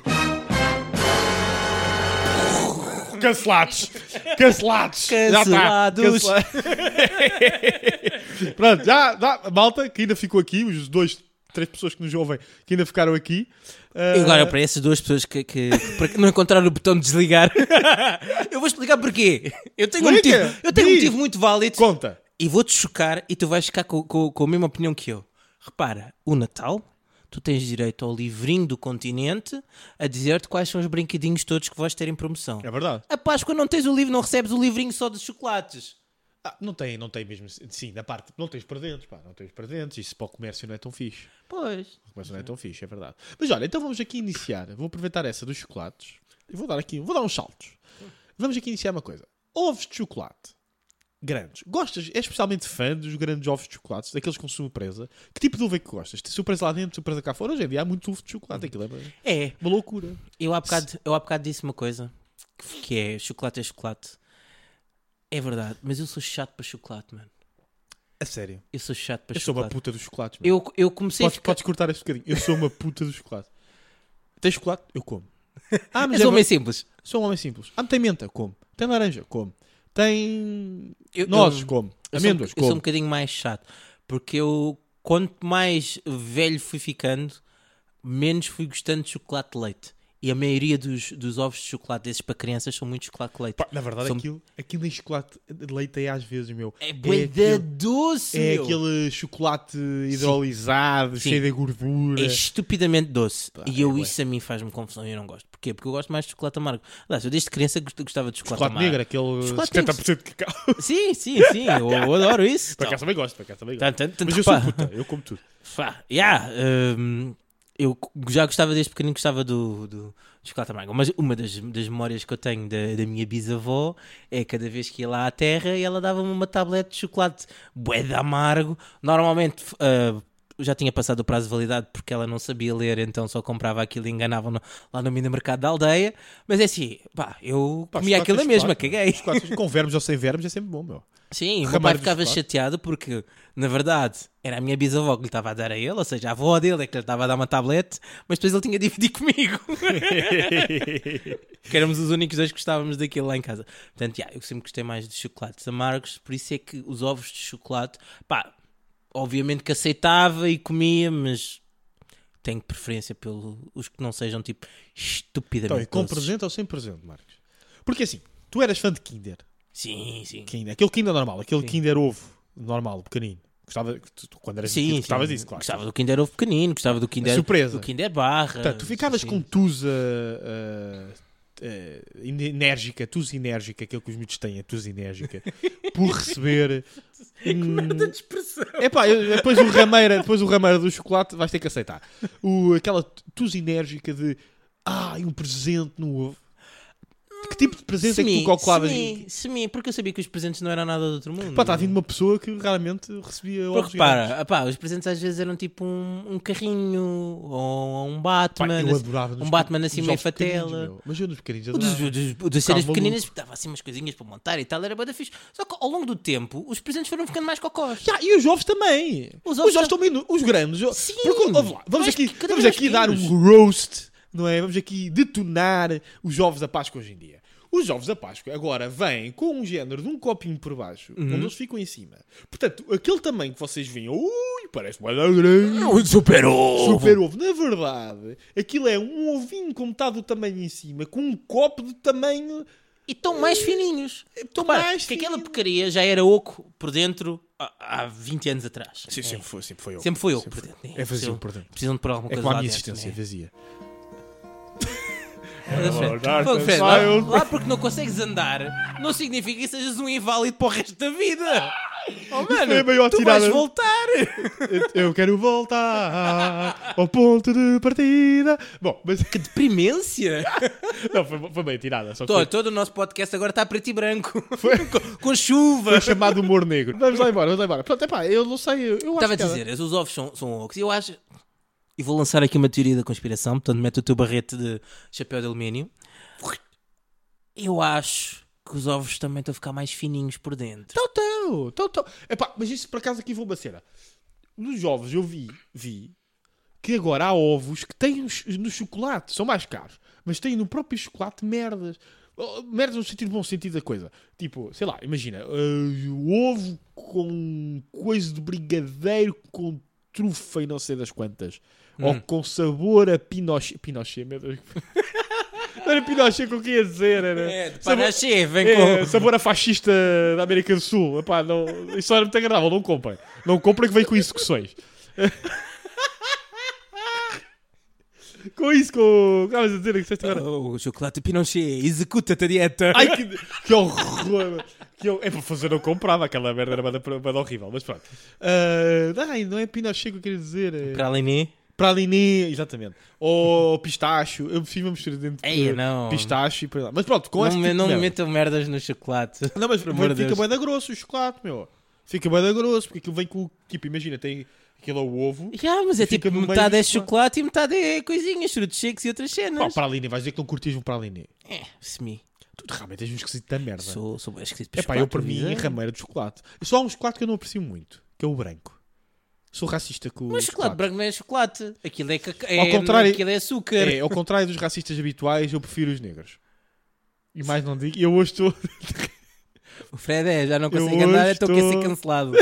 Speaker 1: [LAUGHS]
Speaker 2: Cancelados! Cancelados! Já tá.
Speaker 1: Cancelados.
Speaker 2: Cancela- [LAUGHS] Pronto, já, já, malta que ainda ficou aqui, os dois, três pessoas que nos ouvem que ainda ficaram aqui. Ah,
Speaker 1: E agora, para essas duas pessoas que, que- para que não encontraram o botão de desligar, [LAUGHS] eu vou explicar porquê. Eu tenho, um
Speaker 2: Explica,
Speaker 1: motivo, eu tenho um
Speaker 2: diz.
Speaker 1: motivo muito válido
Speaker 2: Conta!
Speaker 1: e vou-te chocar e tu vais ficar com, com- com a mesma opinião que eu. Repara, o Natal, tu tens direito ao livrinho do continente a dizer-te quais são os brinquedinhos todos que vais ter em promoção.
Speaker 2: É verdade.
Speaker 1: A Páscoa não tens o livro, não recebes o livrinho só de chocolates.
Speaker 2: Ah, não tem, não tem mesmo. Sim, da parte. Não tens presentes, pá, não tens presentes. Isso para o comércio não é tão fixe.
Speaker 1: Pois.
Speaker 2: O comércio não é tão fixe, é verdade. Mas olha, então vamos aqui iniciar. Vou aproveitar essa dos chocolates e vou dar aqui, vou dar uns saltos. Vamos aqui iniciar uma coisa. Ovos de chocolate. Grandes. Gostas, és especialmente fã dos grandes ovos de chocolate, daqueles com surpresa. Que tipo de ovo é que gostas? Tem surpresa lá dentro, surpresa cá fora? Hoje em dia há muito ovo de chocolate, aquilo é uma,
Speaker 1: É,
Speaker 2: uma loucura.
Speaker 1: eu há, bocado, eu há bocado disse uma coisa, que é chocolate é chocolate. É verdade, mas eu sou chato para chocolate, mano.
Speaker 2: A sério.
Speaker 1: Eu sou chato para
Speaker 2: Eu sou uma
Speaker 1: chocolate.
Speaker 2: puta dos chocolates, mano.
Speaker 1: eu, eu comecei a
Speaker 2: podes,
Speaker 1: ficar...
Speaker 2: podes cortar este bocadinho. Eu sou uma puta do chocolate. Tem chocolate? Eu como. Ah,
Speaker 1: És um homem simples.
Speaker 2: Sou um homem simples. Ah, tem menta? Como. Tem laranja? Como. Tem
Speaker 1: Eu-
Speaker 2: nozes?
Speaker 1: eu-
Speaker 2: Como.
Speaker 1: Eu sou um-
Speaker 2: Amêndoas?
Speaker 1: Eu sou um
Speaker 2: como.
Speaker 1: bocadinho mais chato. Porque eu, quanto mais velho fui ficando, menos fui gostando de chocolate de leite. E a maioria dos, dos ovos de chocolate desses para crianças são muito chocolate de leite.
Speaker 2: Pá, na verdade,
Speaker 1: Sou- um-
Speaker 2: aquilo, aquilo em chocolate de leite é às vezes, meu.
Speaker 1: é boeda
Speaker 2: aquele-
Speaker 1: doce,
Speaker 2: é
Speaker 1: meu.
Speaker 2: aquele chocolate hidrolisado,
Speaker 1: Sim.
Speaker 2: cheio de gordura.
Speaker 1: É estupidamente doce. e
Speaker 2: é
Speaker 1: eu,
Speaker 2: bué.
Speaker 1: isso a mim faz-me confusão e eu não gosto. Porquê? Porque eu gosto mais de chocolate amargo. Aliás, eu desde criança gost- gostava de chocolate,
Speaker 2: Chocolate
Speaker 1: amargo.
Speaker 2: negro, aquele
Speaker 1: Chocolate é
Speaker 2: 70% de cacau.
Speaker 1: Sim, sim, sim. Eu, eu adoro isso.
Speaker 2: Para cá também gosto, para cá também gosto.
Speaker 1: Tanto- tanto- tanto
Speaker 2: Mas eu sou
Speaker 1: repara.
Speaker 2: puta, eu como tudo.
Speaker 1: Pá, yeah, hum, eu já gostava desde pequenino, gostava do, do chocolate amargo. Mas uma das, das memórias que eu tenho da, da minha bisavó é cada vez que ia lá à terra e ela dava-me uma tablete de chocolate bué de amargo. Normalmente f- ah, já tinha passado o prazo de validade porque ela não sabia ler, então só comprava aquilo e enganavam no- lá no mini-mercado da aldeia. Mas é assim, pá, eu
Speaker 2: Pá,
Speaker 1: comia
Speaker 2: chocolate
Speaker 1: aquilo
Speaker 2: é
Speaker 1: na mesma,
Speaker 2: chocolate,
Speaker 1: caguei.
Speaker 2: Chocolate com vermes ou sem vermes é sempre bom, meu.
Speaker 1: Sim, o meu
Speaker 2: Ramalho
Speaker 1: pai
Speaker 2: do
Speaker 1: ficava
Speaker 2: chocolate.
Speaker 1: chateado porque, na verdade, era a minha bisavó que lhe estava a dar a ele, ou seja, a avó dele é que lhe estava a dar uma tablete, mas depois ele tinha de dividir comigo. que éramos os únicos dois que gostávamos daquilo lá em casa. Portanto, já, eu sempre gostei mais de chocolates amargos, por isso é que os ovos de chocolate, pá, obviamente que aceitava e comia, mas tenho preferência pelos que não sejam tipo estupidamente.
Speaker 2: Então, e com
Speaker 1: doces.
Speaker 2: presente ou sem presente, Marcos? Porque assim, tu eras fã de Kinder.
Speaker 1: Sim, sim.
Speaker 2: Kinder, aquele Kinder normal, aquele Kinder ovo normal, pequenino. Gostava, tu- tu- quando eras
Speaker 1: Sim,
Speaker 2: pequeno,
Speaker 1: sim.
Speaker 2: gostavas disso, claro.
Speaker 1: Gostava do Kinder Ovo pequenino, gostava do Kinder,
Speaker 2: surpresa.
Speaker 1: do Kinder Barra.
Speaker 2: Portanto, tu ficavas
Speaker 1: sim.
Speaker 2: com tusa ah, ah, enérgica, tusa enérgica, aquilo que os miúdos têm, a tusa enérgica,
Speaker 1: [LAUGHS]
Speaker 2: por receber. hum,
Speaker 1: Tanta expressão.
Speaker 2: Epá, eu- depois o rameira, depois o rameira do chocolate vais ter que aceitar. O, aquela tusa enérgica de Ai, um presente no ovo. Que tipo de presente é que tu calculavas?
Speaker 1: semi, semi, porque eu sabia que os presentes não eram nada do outro mundo.
Speaker 2: Pá, está vindo é? uma pessoa que raramente recebia ovos
Speaker 1: Porque repara, epá, os presentes às vezes eram tipo um, um carrinho ou um Batman.
Speaker 2: Pá, eu adorava
Speaker 1: um
Speaker 2: nos
Speaker 1: Batman
Speaker 2: pe-
Speaker 1: assim
Speaker 2: nos
Speaker 1: meio
Speaker 2: ovos pequeninos,
Speaker 1: fatela.
Speaker 2: meu. Mas eu nos pequeninos
Speaker 1: O dos,
Speaker 2: adorava.
Speaker 1: o dos, o das cenas
Speaker 2: Ficava
Speaker 1: pequeninas dava assim umas coisinhas para montar e tal, era bué da fixe. Só que ao longo do tempo os presentes foram ficando mais cocós.
Speaker 2: Já, e os ovos também.
Speaker 1: Os
Speaker 2: Os
Speaker 1: ovos
Speaker 2: ovos, estão bem. Os grandes. o-
Speaker 1: Sim.
Speaker 2: Porque, ouve lá, vamos
Speaker 1: Mas
Speaker 2: aqui,
Speaker 1: cada
Speaker 2: vamos
Speaker 1: vez
Speaker 2: aqui
Speaker 1: mais
Speaker 2: dar
Speaker 1: pequenos.
Speaker 2: um roast, não é? Vamos aqui detonar os ovos da Páscoa hoje em dia. Os ovos da Páscoa agora vêm com um género de um copinho por baixo,
Speaker 1: Uhum.
Speaker 2: onde eles ficam em cima. Portanto, aquele tamanho que vocês veem, ui, parece uma grande.
Speaker 1: super ovo!
Speaker 2: Super ovo. Na verdade, aquilo é um ovinho com metade do tamanho em cima, com um copo de tamanho.
Speaker 1: E estão mais fininhos. Estão
Speaker 2: mais
Speaker 1: Que aquela
Speaker 2: fininho.
Speaker 1: porcaria já era oco por dentro há, há 20 anos atrás. É.
Speaker 2: foi, sempre foi
Speaker 1: Sempre foi oco por dentro.
Speaker 2: É vazio
Speaker 1: Precisam-
Speaker 2: por dentro.
Speaker 1: Precisam de pôr alguma
Speaker 2: É
Speaker 1: coisa
Speaker 2: com a
Speaker 1: lá
Speaker 2: minha
Speaker 1: dentro,
Speaker 2: existência,
Speaker 1: né?
Speaker 2: [LAUGHS] vazia. É
Speaker 1: Fred,
Speaker 2: Dark
Speaker 1: Fogo,
Speaker 2: and
Speaker 1: Fred, lá,
Speaker 2: Wild.
Speaker 1: lá porque não consegues andar, não significa que sejas um inválido para o resto da vida. Oh, mano,
Speaker 2: foi a maior
Speaker 1: tu
Speaker 2: tirada.
Speaker 1: vais voltar.
Speaker 2: Eu quero voltar ao ponto de partida. Bom, mas [LAUGHS]
Speaker 1: Que [LAUGHS] deprimência.
Speaker 2: não, foi, foi bem tirada. Só que
Speaker 1: Tó-
Speaker 2: foi,
Speaker 1: Todo o nosso podcast agora está preto e branco. [LAUGHS]
Speaker 2: Foi.
Speaker 1: com, com chuva.
Speaker 2: foi chamado humor negro. Vamos lá embora, vamos lá embora. Pronto, epá, eu não sei. Eu
Speaker 1: Estava a
Speaker 2: acho que
Speaker 1: dizer, os ovos são, são ocos. E eu acho. E vou lançar aqui uma teoria da conspiração. Portanto, mete o teu barrete de chapéu de alumínio. Eu acho que os ovos também estão a ficar mais fininhos por dentro.
Speaker 2: Tão, tão, tão, tão. então, Epá, mas isso por acaso aqui vou uma cena. Nos ovos eu vi, vi que agora há ovos que têm nos- no chocolate, são mais caros, mas têm no próprio chocolate merdas. Oh, Merdas no sentido bom sentido da coisa. Tipo, sei lá, imagina, eh, o ovo com coisa de brigadeiro com trufa e não sei das quantas.
Speaker 1: Hum.
Speaker 2: Ou com sabor a pinoche. Pinoche, meu Deus. [LAUGHS] não era pinoche com o que ia dizer, era.
Speaker 1: É, de
Speaker 2: Sabor-
Speaker 1: Paraxê, vem
Speaker 2: é,
Speaker 1: com.
Speaker 2: sabor a fascista da América do Sul. Epá, não, isso não é muito agradável, não comprem. Não comprem que vem com execuções. [LAUGHS] com isso, com. Estavas a dizer que disseste agora.
Speaker 1: Oh, o chocolate Pinochet, executa-te a dieta.
Speaker 2: Ai que, que horror! Que hor- É para fazer, eu não comprava aquela merda, era banda, banda horrível, mas pronto. Ah, ai, não é Pinochet que eu queria dizer. é-
Speaker 1: Para além de.
Speaker 2: Praliné, exatamente. Ou pistacho, eu prefiro uma mistura dentro
Speaker 1: Ei, não.
Speaker 2: pistacho e praliné. Mas pronto, com
Speaker 1: Não,
Speaker 2: esse
Speaker 1: me-
Speaker 2: tipo de
Speaker 1: não me
Speaker 2: merda.
Speaker 1: metam merdas no chocolate.
Speaker 2: Não, mas
Speaker 1: Por amor de
Speaker 2: fica
Speaker 1: Deus.
Speaker 2: bué da grosso o chocolate, meu. Fica bué da grosso, porque aquilo vem com... Tipo, imagina, tem aquele é o ovo.
Speaker 1: Já, mas é
Speaker 2: Fica
Speaker 1: tipo
Speaker 2: no meio
Speaker 1: metade
Speaker 2: do
Speaker 1: é chocolate e metade é coisinhas, frutos secos e outras
Speaker 2: Pá,
Speaker 1: cenas.
Speaker 2: praliné, vais dizer que não curtias um praliné.
Speaker 1: É, semi.
Speaker 2: Tu realmente és um esquisito da merda.
Speaker 1: Sou, sou bem esquisito para
Speaker 2: É pá, eu para
Speaker 1: chocolate,
Speaker 2: mim,
Speaker 1: avisei.
Speaker 2: rameira de chocolate. Só há um chocolate que eu não aprecio muito, que é o branco. Sou racista com o
Speaker 1: Mas chocolate branco não é chocolate. Aquilo é, caca... é
Speaker 2: Ao contrário-
Speaker 1: aquilo é açúcar.
Speaker 2: É, ao contrário dos racistas habituais, eu prefiro os negros. E mais não digo, eu hoje estou... [LAUGHS]
Speaker 1: O Fred é, já não
Speaker 2: Eu
Speaker 1: consegue andar,
Speaker 2: hoje
Speaker 1: então quer ser
Speaker 2: estou- [LAUGHS]
Speaker 1: cancelado.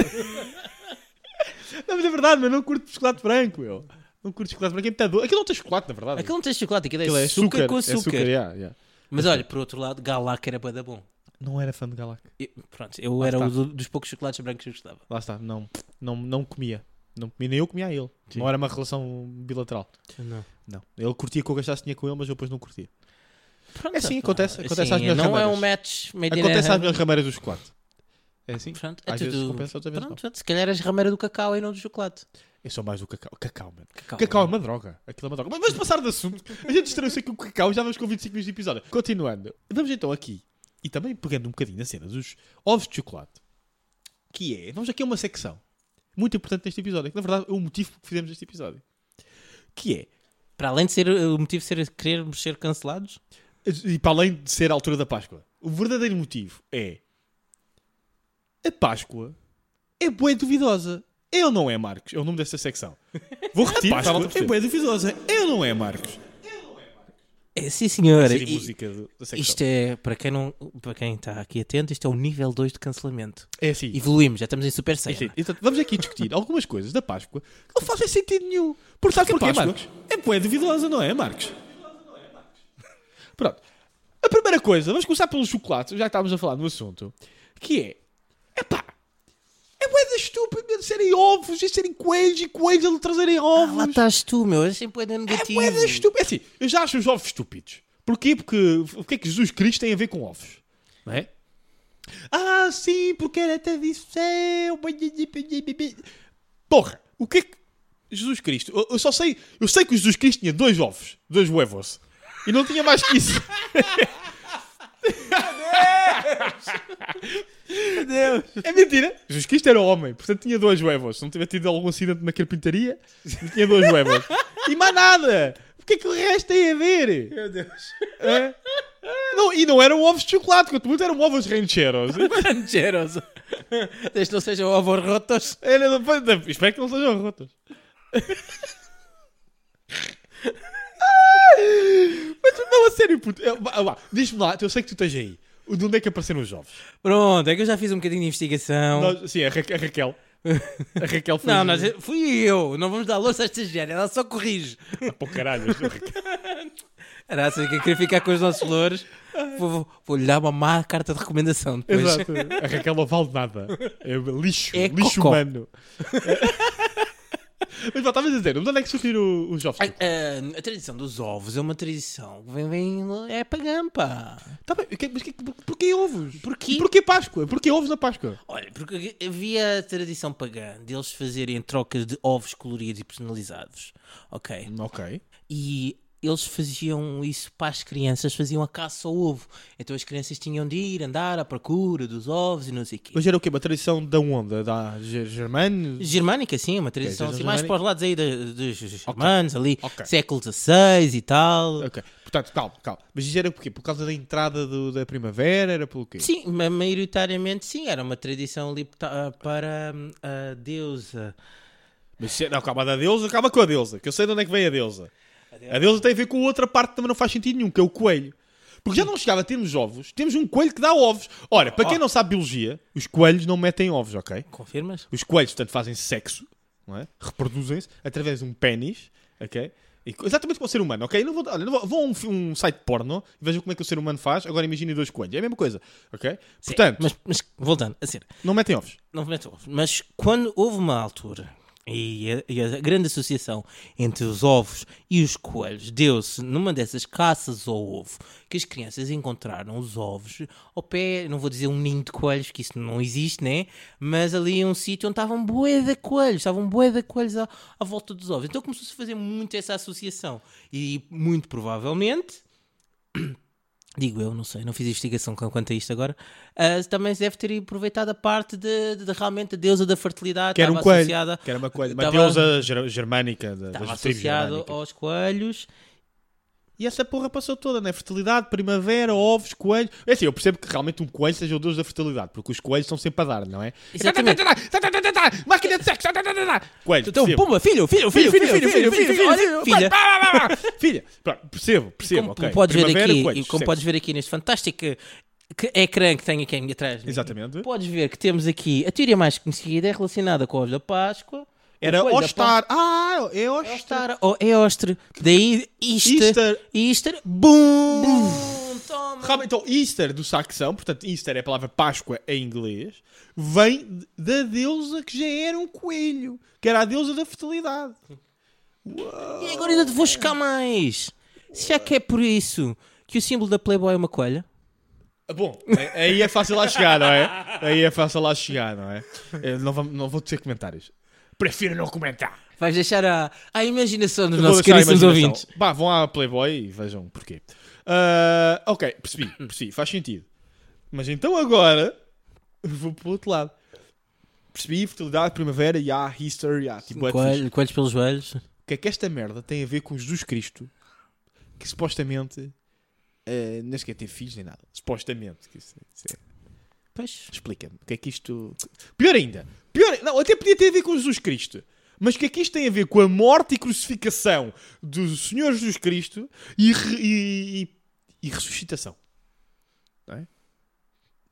Speaker 2: Não, mas é verdade, mas não curto chocolate branco, eu. Não curto chocolate branco, é muito doce. Aquilo não tem chocolate, na verdade.
Speaker 1: Aquilo não tem chocolate, aquilo é,
Speaker 2: Aquilo
Speaker 1: açúcar, com açúcar.
Speaker 2: É yeah, yeah.
Speaker 1: Mas olha, por outro lado, Galac era bué da bom.
Speaker 2: Não era fã de Galac.
Speaker 1: Eu- pronto, eu era
Speaker 2: está.
Speaker 1: um do- dos poucos chocolates brancos que eu gostava.
Speaker 2: Lá está, não, não, não comia. Não comia, nem eu comia a ele.
Speaker 1: Sim.
Speaker 2: Não era uma relação bilateral. Não. Ele curtia que eu gastasse dinheiro com ele, mas eu depois não curtia.
Speaker 1: Pronto,
Speaker 2: É assim,
Speaker 1: pá,
Speaker 2: acontece- acontece
Speaker 1: assim,
Speaker 2: às minhas
Speaker 1: Não é
Speaker 2: rameiras.
Speaker 1: um match made in
Speaker 2: Acontece às
Speaker 1: heaven.
Speaker 2: minhas rameiras do chocolate. É assim?
Speaker 1: um- Pronto, é
Speaker 2: Às vezes
Speaker 1: tudo...
Speaker 2: compensa, outras vezes
Speaker 1: Pronto, pronto, se calhar és rameira do cacau e não do chocolate.
Speaker 2: Eu sou mais do cacau. Cacau, mano.
Speaker 1: Cacau.
Speaker 2: Cacau é uma droga. Aquilo é uma droga. Mas vamos passar de assunto. A gente estranhou-se aqui com o cacau já vamos com 25 minutos de episódio. Continuando. Vamos então aqui. E também pegando um bocadinho na cena dos ovos de chocolate. Que é... Vamos aqui a uma secção. Muito importante neste episódio. Que na verdade é o motivo que fizemos este episódio. Que é...
Speaker 1: Para além de ser uh, o motivo de ser, querermos ser cancelados,
Speaker 2: E para além de ser a altura da Páscoa, o verdadeiro motivo é a Páscoa é bué duvidosa. É ou não é, Marcos? É o nome desta secção.
Speaker 1: [LAUGHS] Tipo,
Speaker 2: Vou repetir. a Páscoa é bué duvidosa. É ou não é, Marcos?
Speaker 1: é sim senhor.
Speaker 2: Seria
Speaker 1: E-
Speaker 2: música do- da secção.
Speaker 1: Isto é, para quem, não, para quem está aqui atento, isto é o nível 2 de cancelamento.
Speaker 2: é assim.
Speaker 1: Evoluímos, já estamos em Super
Speaker 2: Isto é-
Speaker 1: Saiyan.
Speaker 2: então, vamos aqui discutir algumas coisas da Páscoa que não fazem sentido nenhum. Porque sabe porquê,
Speaker 1: Páscoa-
Speaker 2: Marcos? É bué duvidosa, não é, Marcos? Pronto. A primeira coisa, vamos começar pelo chocolate, já que estávamos a falar no assunto, que é... Epá, é bué da estúpida de serem ovos e serem coelhos e coelhos a trazerem
Speaker 1: Ah, lá
Speaker 2: ovos.
Speaker 1: estás tu, meu. É sempre é
Speaker 2: é
Speaker 1: negativo.
Speaker 2: bué da estúpida. É assim, eu já acho os ovos estúpidos. Porquê? Porque o que é que Jesus Cristo tem a ver com ovos? Não [LAUGHS] é? Ah, sim, porque era tradição. Porra, o que é que Jesus Cristo? Eu, eu só sei, eu sei que o Jesus Cristo tinha dois ovos, dois huevos. E não tinha mais que isso.
Speaker 1: Deus!
Speaker 2: [LAUGHS] É mentira. Jesus Cristo era homem, portanto tinha dois huevos. Se não tiver tido algum acidente na carpintaria, não tinha dois huevos. E mais nada! O que é que o resto tem a ver?
Speaker 1: Meu Deus!
Speaker 2: Hã? Não, e não eram ovos de chocolate, quanto muito eram ovos rancheros.
Speaker 1: Rancheros! [LAUGHS] Desde não sejam ovos rotos.
Speaker 2: Era, espero que não sejam rotos. Mas não, a sério, puto. Eu- vá, vá, Diz-me lá, eu sei que tu estás aí. De onde é que apareceram os ovos?
Speaker 1: Pronto, é que eu já fiz um bocadinho de investigação.
Speaker 2: Nós- sim, a, Ra- a Raquel. A Raquel foi.
Speaker 1: Não, nós, fui eu. Não vamos dar louça a esta gênia. Ela só corrige.
Speaker 2: Ah, Pô, caralho. a Raquel.
Speaker 1: Graças que eu queria ficar com os nossos louros. Vou- Vou- Vou-lhe dar uma má carta de recomendação depois.
Speaker 2: Exato. A Raquel não vale nada. É lixo.
Speaker 1: É
Speaker 2: lixo
Speaker 1: cocó.
Speaker 2: humano. [LAUGHS] Mas vá, estavas a dizer, de onde é que surgiram os ovos?
Speaker 1: Ai, ah, a tradição dos ovos é uma tradição que vem, vem é pagã, pá.
Speaker 2: Tá bem, o que- mas que- porquê ovos?
Speaker 1: Porquê?
Speaker 2: E porquê Páscoa? Porquê ovos na Páscoa?
Speaker 1: Olha, porque havia a tradição pagã deles fazerem trocas de ovos coloridos e personalizados, ok?
Speaker 2: Ok.
Speaker 1: E eles faziam isso para as crianças, faziam a caça ao ovo. Então as crianças tinham de ir andar à procura dos ovos e não sei o quê.
Speaker 2: Mas era o quê? Uma tradição da onda? Da Ger- Germano?
Speaker 1: Germânica, sim, é uma tradição
Speaker 2: Ok,
Speaker 1: assim, mais
Speaker 2: germânica.
Speaker 1: para os lados aí da- dos germanos, ali,
Speaker 2: Ok.
Speaker 1: século XVI e tal.
Speaker 2: Ok. Portanto, calma, calma. Mas isso era porquê? Por causa da entrada do- da primavera? Era pelo quê?
Speaker 1: Sim, ma- maioritariamente sim, era uma tradição ali pta- para hum, a deusa.
Speaker 2: Mas se- não, calma, da deusa, acaba com a deusa, que eu sei de onde é que vem a deusa. A deusa tem a ver com outra parte que também não faz sentido nenhum, que é o coelho. Porque já não chegava a termos ovos, temos um coelho que dá ovos. Ora, para quem não sabe biologia, os coelhos não metem ovos, ok?
Speaker 1: Confirmas?
Speaker 2: Os coelhos, portanto, fazem sexo, não é? Reproduzem-se através de um pênis, ok? E co- exatamente como o ser humano, ok? Não vou, olha, não vou, vou a um, fi- um site porno e vejam como é que o ser humano faz. Agora imaginem dois coelhos, é a mesma coisa, ok?
Speaker 1: Sim,
Speaker 2: Portanto,
Speaker 1: mas, mas voltando, a sério,
Speaker 2: não metem ovos.
Speaker 1: não prometo, mas quando houve uma altura e a, e a grande associação entre os ovos e os coelhos deu-se numa dessas caças ao ovo que as crianças encontraram os ovos ao pé, não vou dizer um ninho de coelhos que isso não existe, né? Mas ali um sítio onde estavam bué de coelhos estavam bué de coelhos à, à volta dos ovos então começou-se a fazer muito essa associação e muito provavelmente Digo eu, não sei, não fiz investigação com- quanto a isto agora. Ah, também se deve ter aproveitado a parte de, de- de realmente a deusa da fertilidade
Speaker 2: Que era um
Speaker 1: estava
Speaker 2: coelho.
Speaker 1: associada,
Speaker 2: Que era uma coelho. Uma
Speaker 1: Tava-
Speaker 2: deusa ger- germânica, da-
Speaker 1: estava
Speaker 2: das tribos
Speaker 1: associado
Speaker 2: germânicas.
Speaker 1: aos coelhos.
Speaker 2: E essa porra passou toda, né? Fertilidade, primavera, ovos, coelhos. É assim, eu percebo que realmente um coelho seja o deus da fertilidade, porque os coelhos estão sempre a dar, não é?
Speaker 1: Exatamente.
Speaker 2: Máquina de sexo! Coelho,
Speaker 1: Então,
Speaker 2: percebo.
Speaker 1: pumba, filho, filho,
Speaker 2: Filho,
Speaker 1: filho, filho, filho, filho, filho, olha, filha.
Speaker 2: [LAUGHS] Filha, pronto, percebo, percebo.
Speaker 1: Como
Speaker 2: ok.
Speaker 1: podes ver
Speaker 2: Primavera, é
Speaker 1: aqui,
Speaker 2: coelhos,
Speaker 1: e como
Speaker 2: sexo.
Speaker 1: podes ver aqui neste fantástico que- é ecrã que tenho aqui em- atrás. de mim,
Speaker 2: Exatamente.
Speaker 1: Podes ver que temos aqui a teoria mais conhecida é relacionada com o ovo da Páscoa. O
Speaker 2: Era
Speaker 1: coelho da Páscoa.
Speaker 2: Ostar. Ah, é Ostar.
Speaker 1: Ostar, ou é ostre. Daí Easter.
Speaker 2: Easter.
Speaker 1: Easter. Boom! Toma!
Speaker 2: Realmente, então, Easter do saxão, portanto, Easter é a palavra Páscoa em inglês, vem da deusa que já era um coelho, que era a deusa da fertilidade.
Speaker 1: E agora ainda te vou chocar mais. Será que é por isso que o símbolo da Playboy é uma coelha?
Speaker 2: Ah, Bom, a- aí é fácil lá chegar, não é? Aí é fácil lá chegar, [LAUGHS] não é? Eu não, vamos- não vou dizer comentários. Prefiro não comentar.
Speaker 1: Vais deixar a, a imaginação dos
Speaker 2: Vou
Speaker 1: nossos
Speaker 2: deixar a
Speaker 1: caríssimos
Speaker 2: imaginação.
Speaker 1: ouvintes.
Speaker 2: Pá, vão à Playboy e vejam porquê. Ah, ok, percebi, percebi, faz sentido. Mas então agora vou para o outro lado. Percebi, fertilidade, primavera, e há Easter, e há tipo, é de fixe.
Speaker 1: Coelho, coelhos pelos joelhos.
Speaker 2: o que é que esta merda tem a ver com Jesus Cristo, que supostamente eh, não sequer ter filhos nem nada. Supostamente. que isso- isso é-
Speaker 1: Pois.
Speaker 2: Explica-me, o que é que isto. Pior ainda, pior ai- não, até podia ter a ver com Jesus Cristo. Mas o que é que isto tem a ver com a morte e crucificação do Senhor Jesus Cristo e, re- e- e- e ressuscitação? Não é?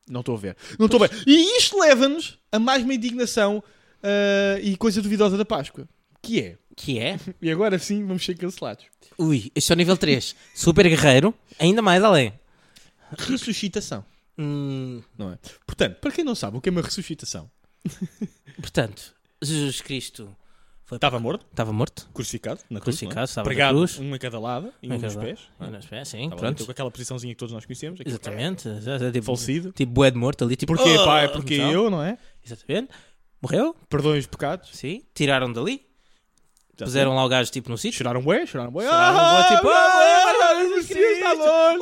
Speaker 2: Não estou a ver. Não estou a ver. E isto leva-nos a mais uma indignação ah, e coisa duvidosa da Páscoa. Que é,
Speaker 1: Que é?
Speaker 2: e agora sim vamos ser cancelados.
Speaker 1: Ui, este é o nível 3. Super guerreiro, ainda mais além.
Speaker 2: Ressuscitação.
Speaker 1: Hum,
Speaker 2: Não é? Portanto, para quem não sabe o que é uma ressuscitação,
Speaker 1: portanto, Jesus Cristo foi-
Speaker 2: estava morto,
Speaker 1: estava morto.
Speaker 2: crucificado, na cruz,
Speaker 1: Crucificado,
Speaker 2: não é?
Speaker 1: estava na
Speaker 2: pregado,
Speaker 1: cruz.
Speaker 2: um em cada lado, e um nos
Speaker 1: Naquela-
Speaker 2: pés. não é?
Speaker 1: Nos pés, sim,
Speaker 2: Estava ali,
Speaker 1: pronto.
Speaker 2: então, com aquela posiçãozinha que todos nós conhecemos. aqui.
Speaker 1: Exatamente. já- já, Tipo,
Speaker 2: Falecido.
Speaker 1: Tipo, bué de morto ali. Tipo,
Speaker 2: Porquê, pá? É
Speaker 1: "Ah",
Speaker 2: porque
Speaker 1: tal.
Speaker 2: eu, não é?
Speaker 1: Exatamente. Morreu,
Speaker 2: Perdoem os pecados.
Speaker 1: sim. Tiraram dali.
Speaker 2: Já Tá
Speaker 1: Puseram lá o gajo tipo no sítio.
Speaker 2: sei. Choraram bué, choraram bué.
Speaker 1: Choraram bué, tipo,
Speaker 2: ah,
Speaker 1: ah,
Speaker 2: ah,
Speaker 1: ah,
Speaker 2: ah,
Speaker 1: Jesus
Speaker 2: ah,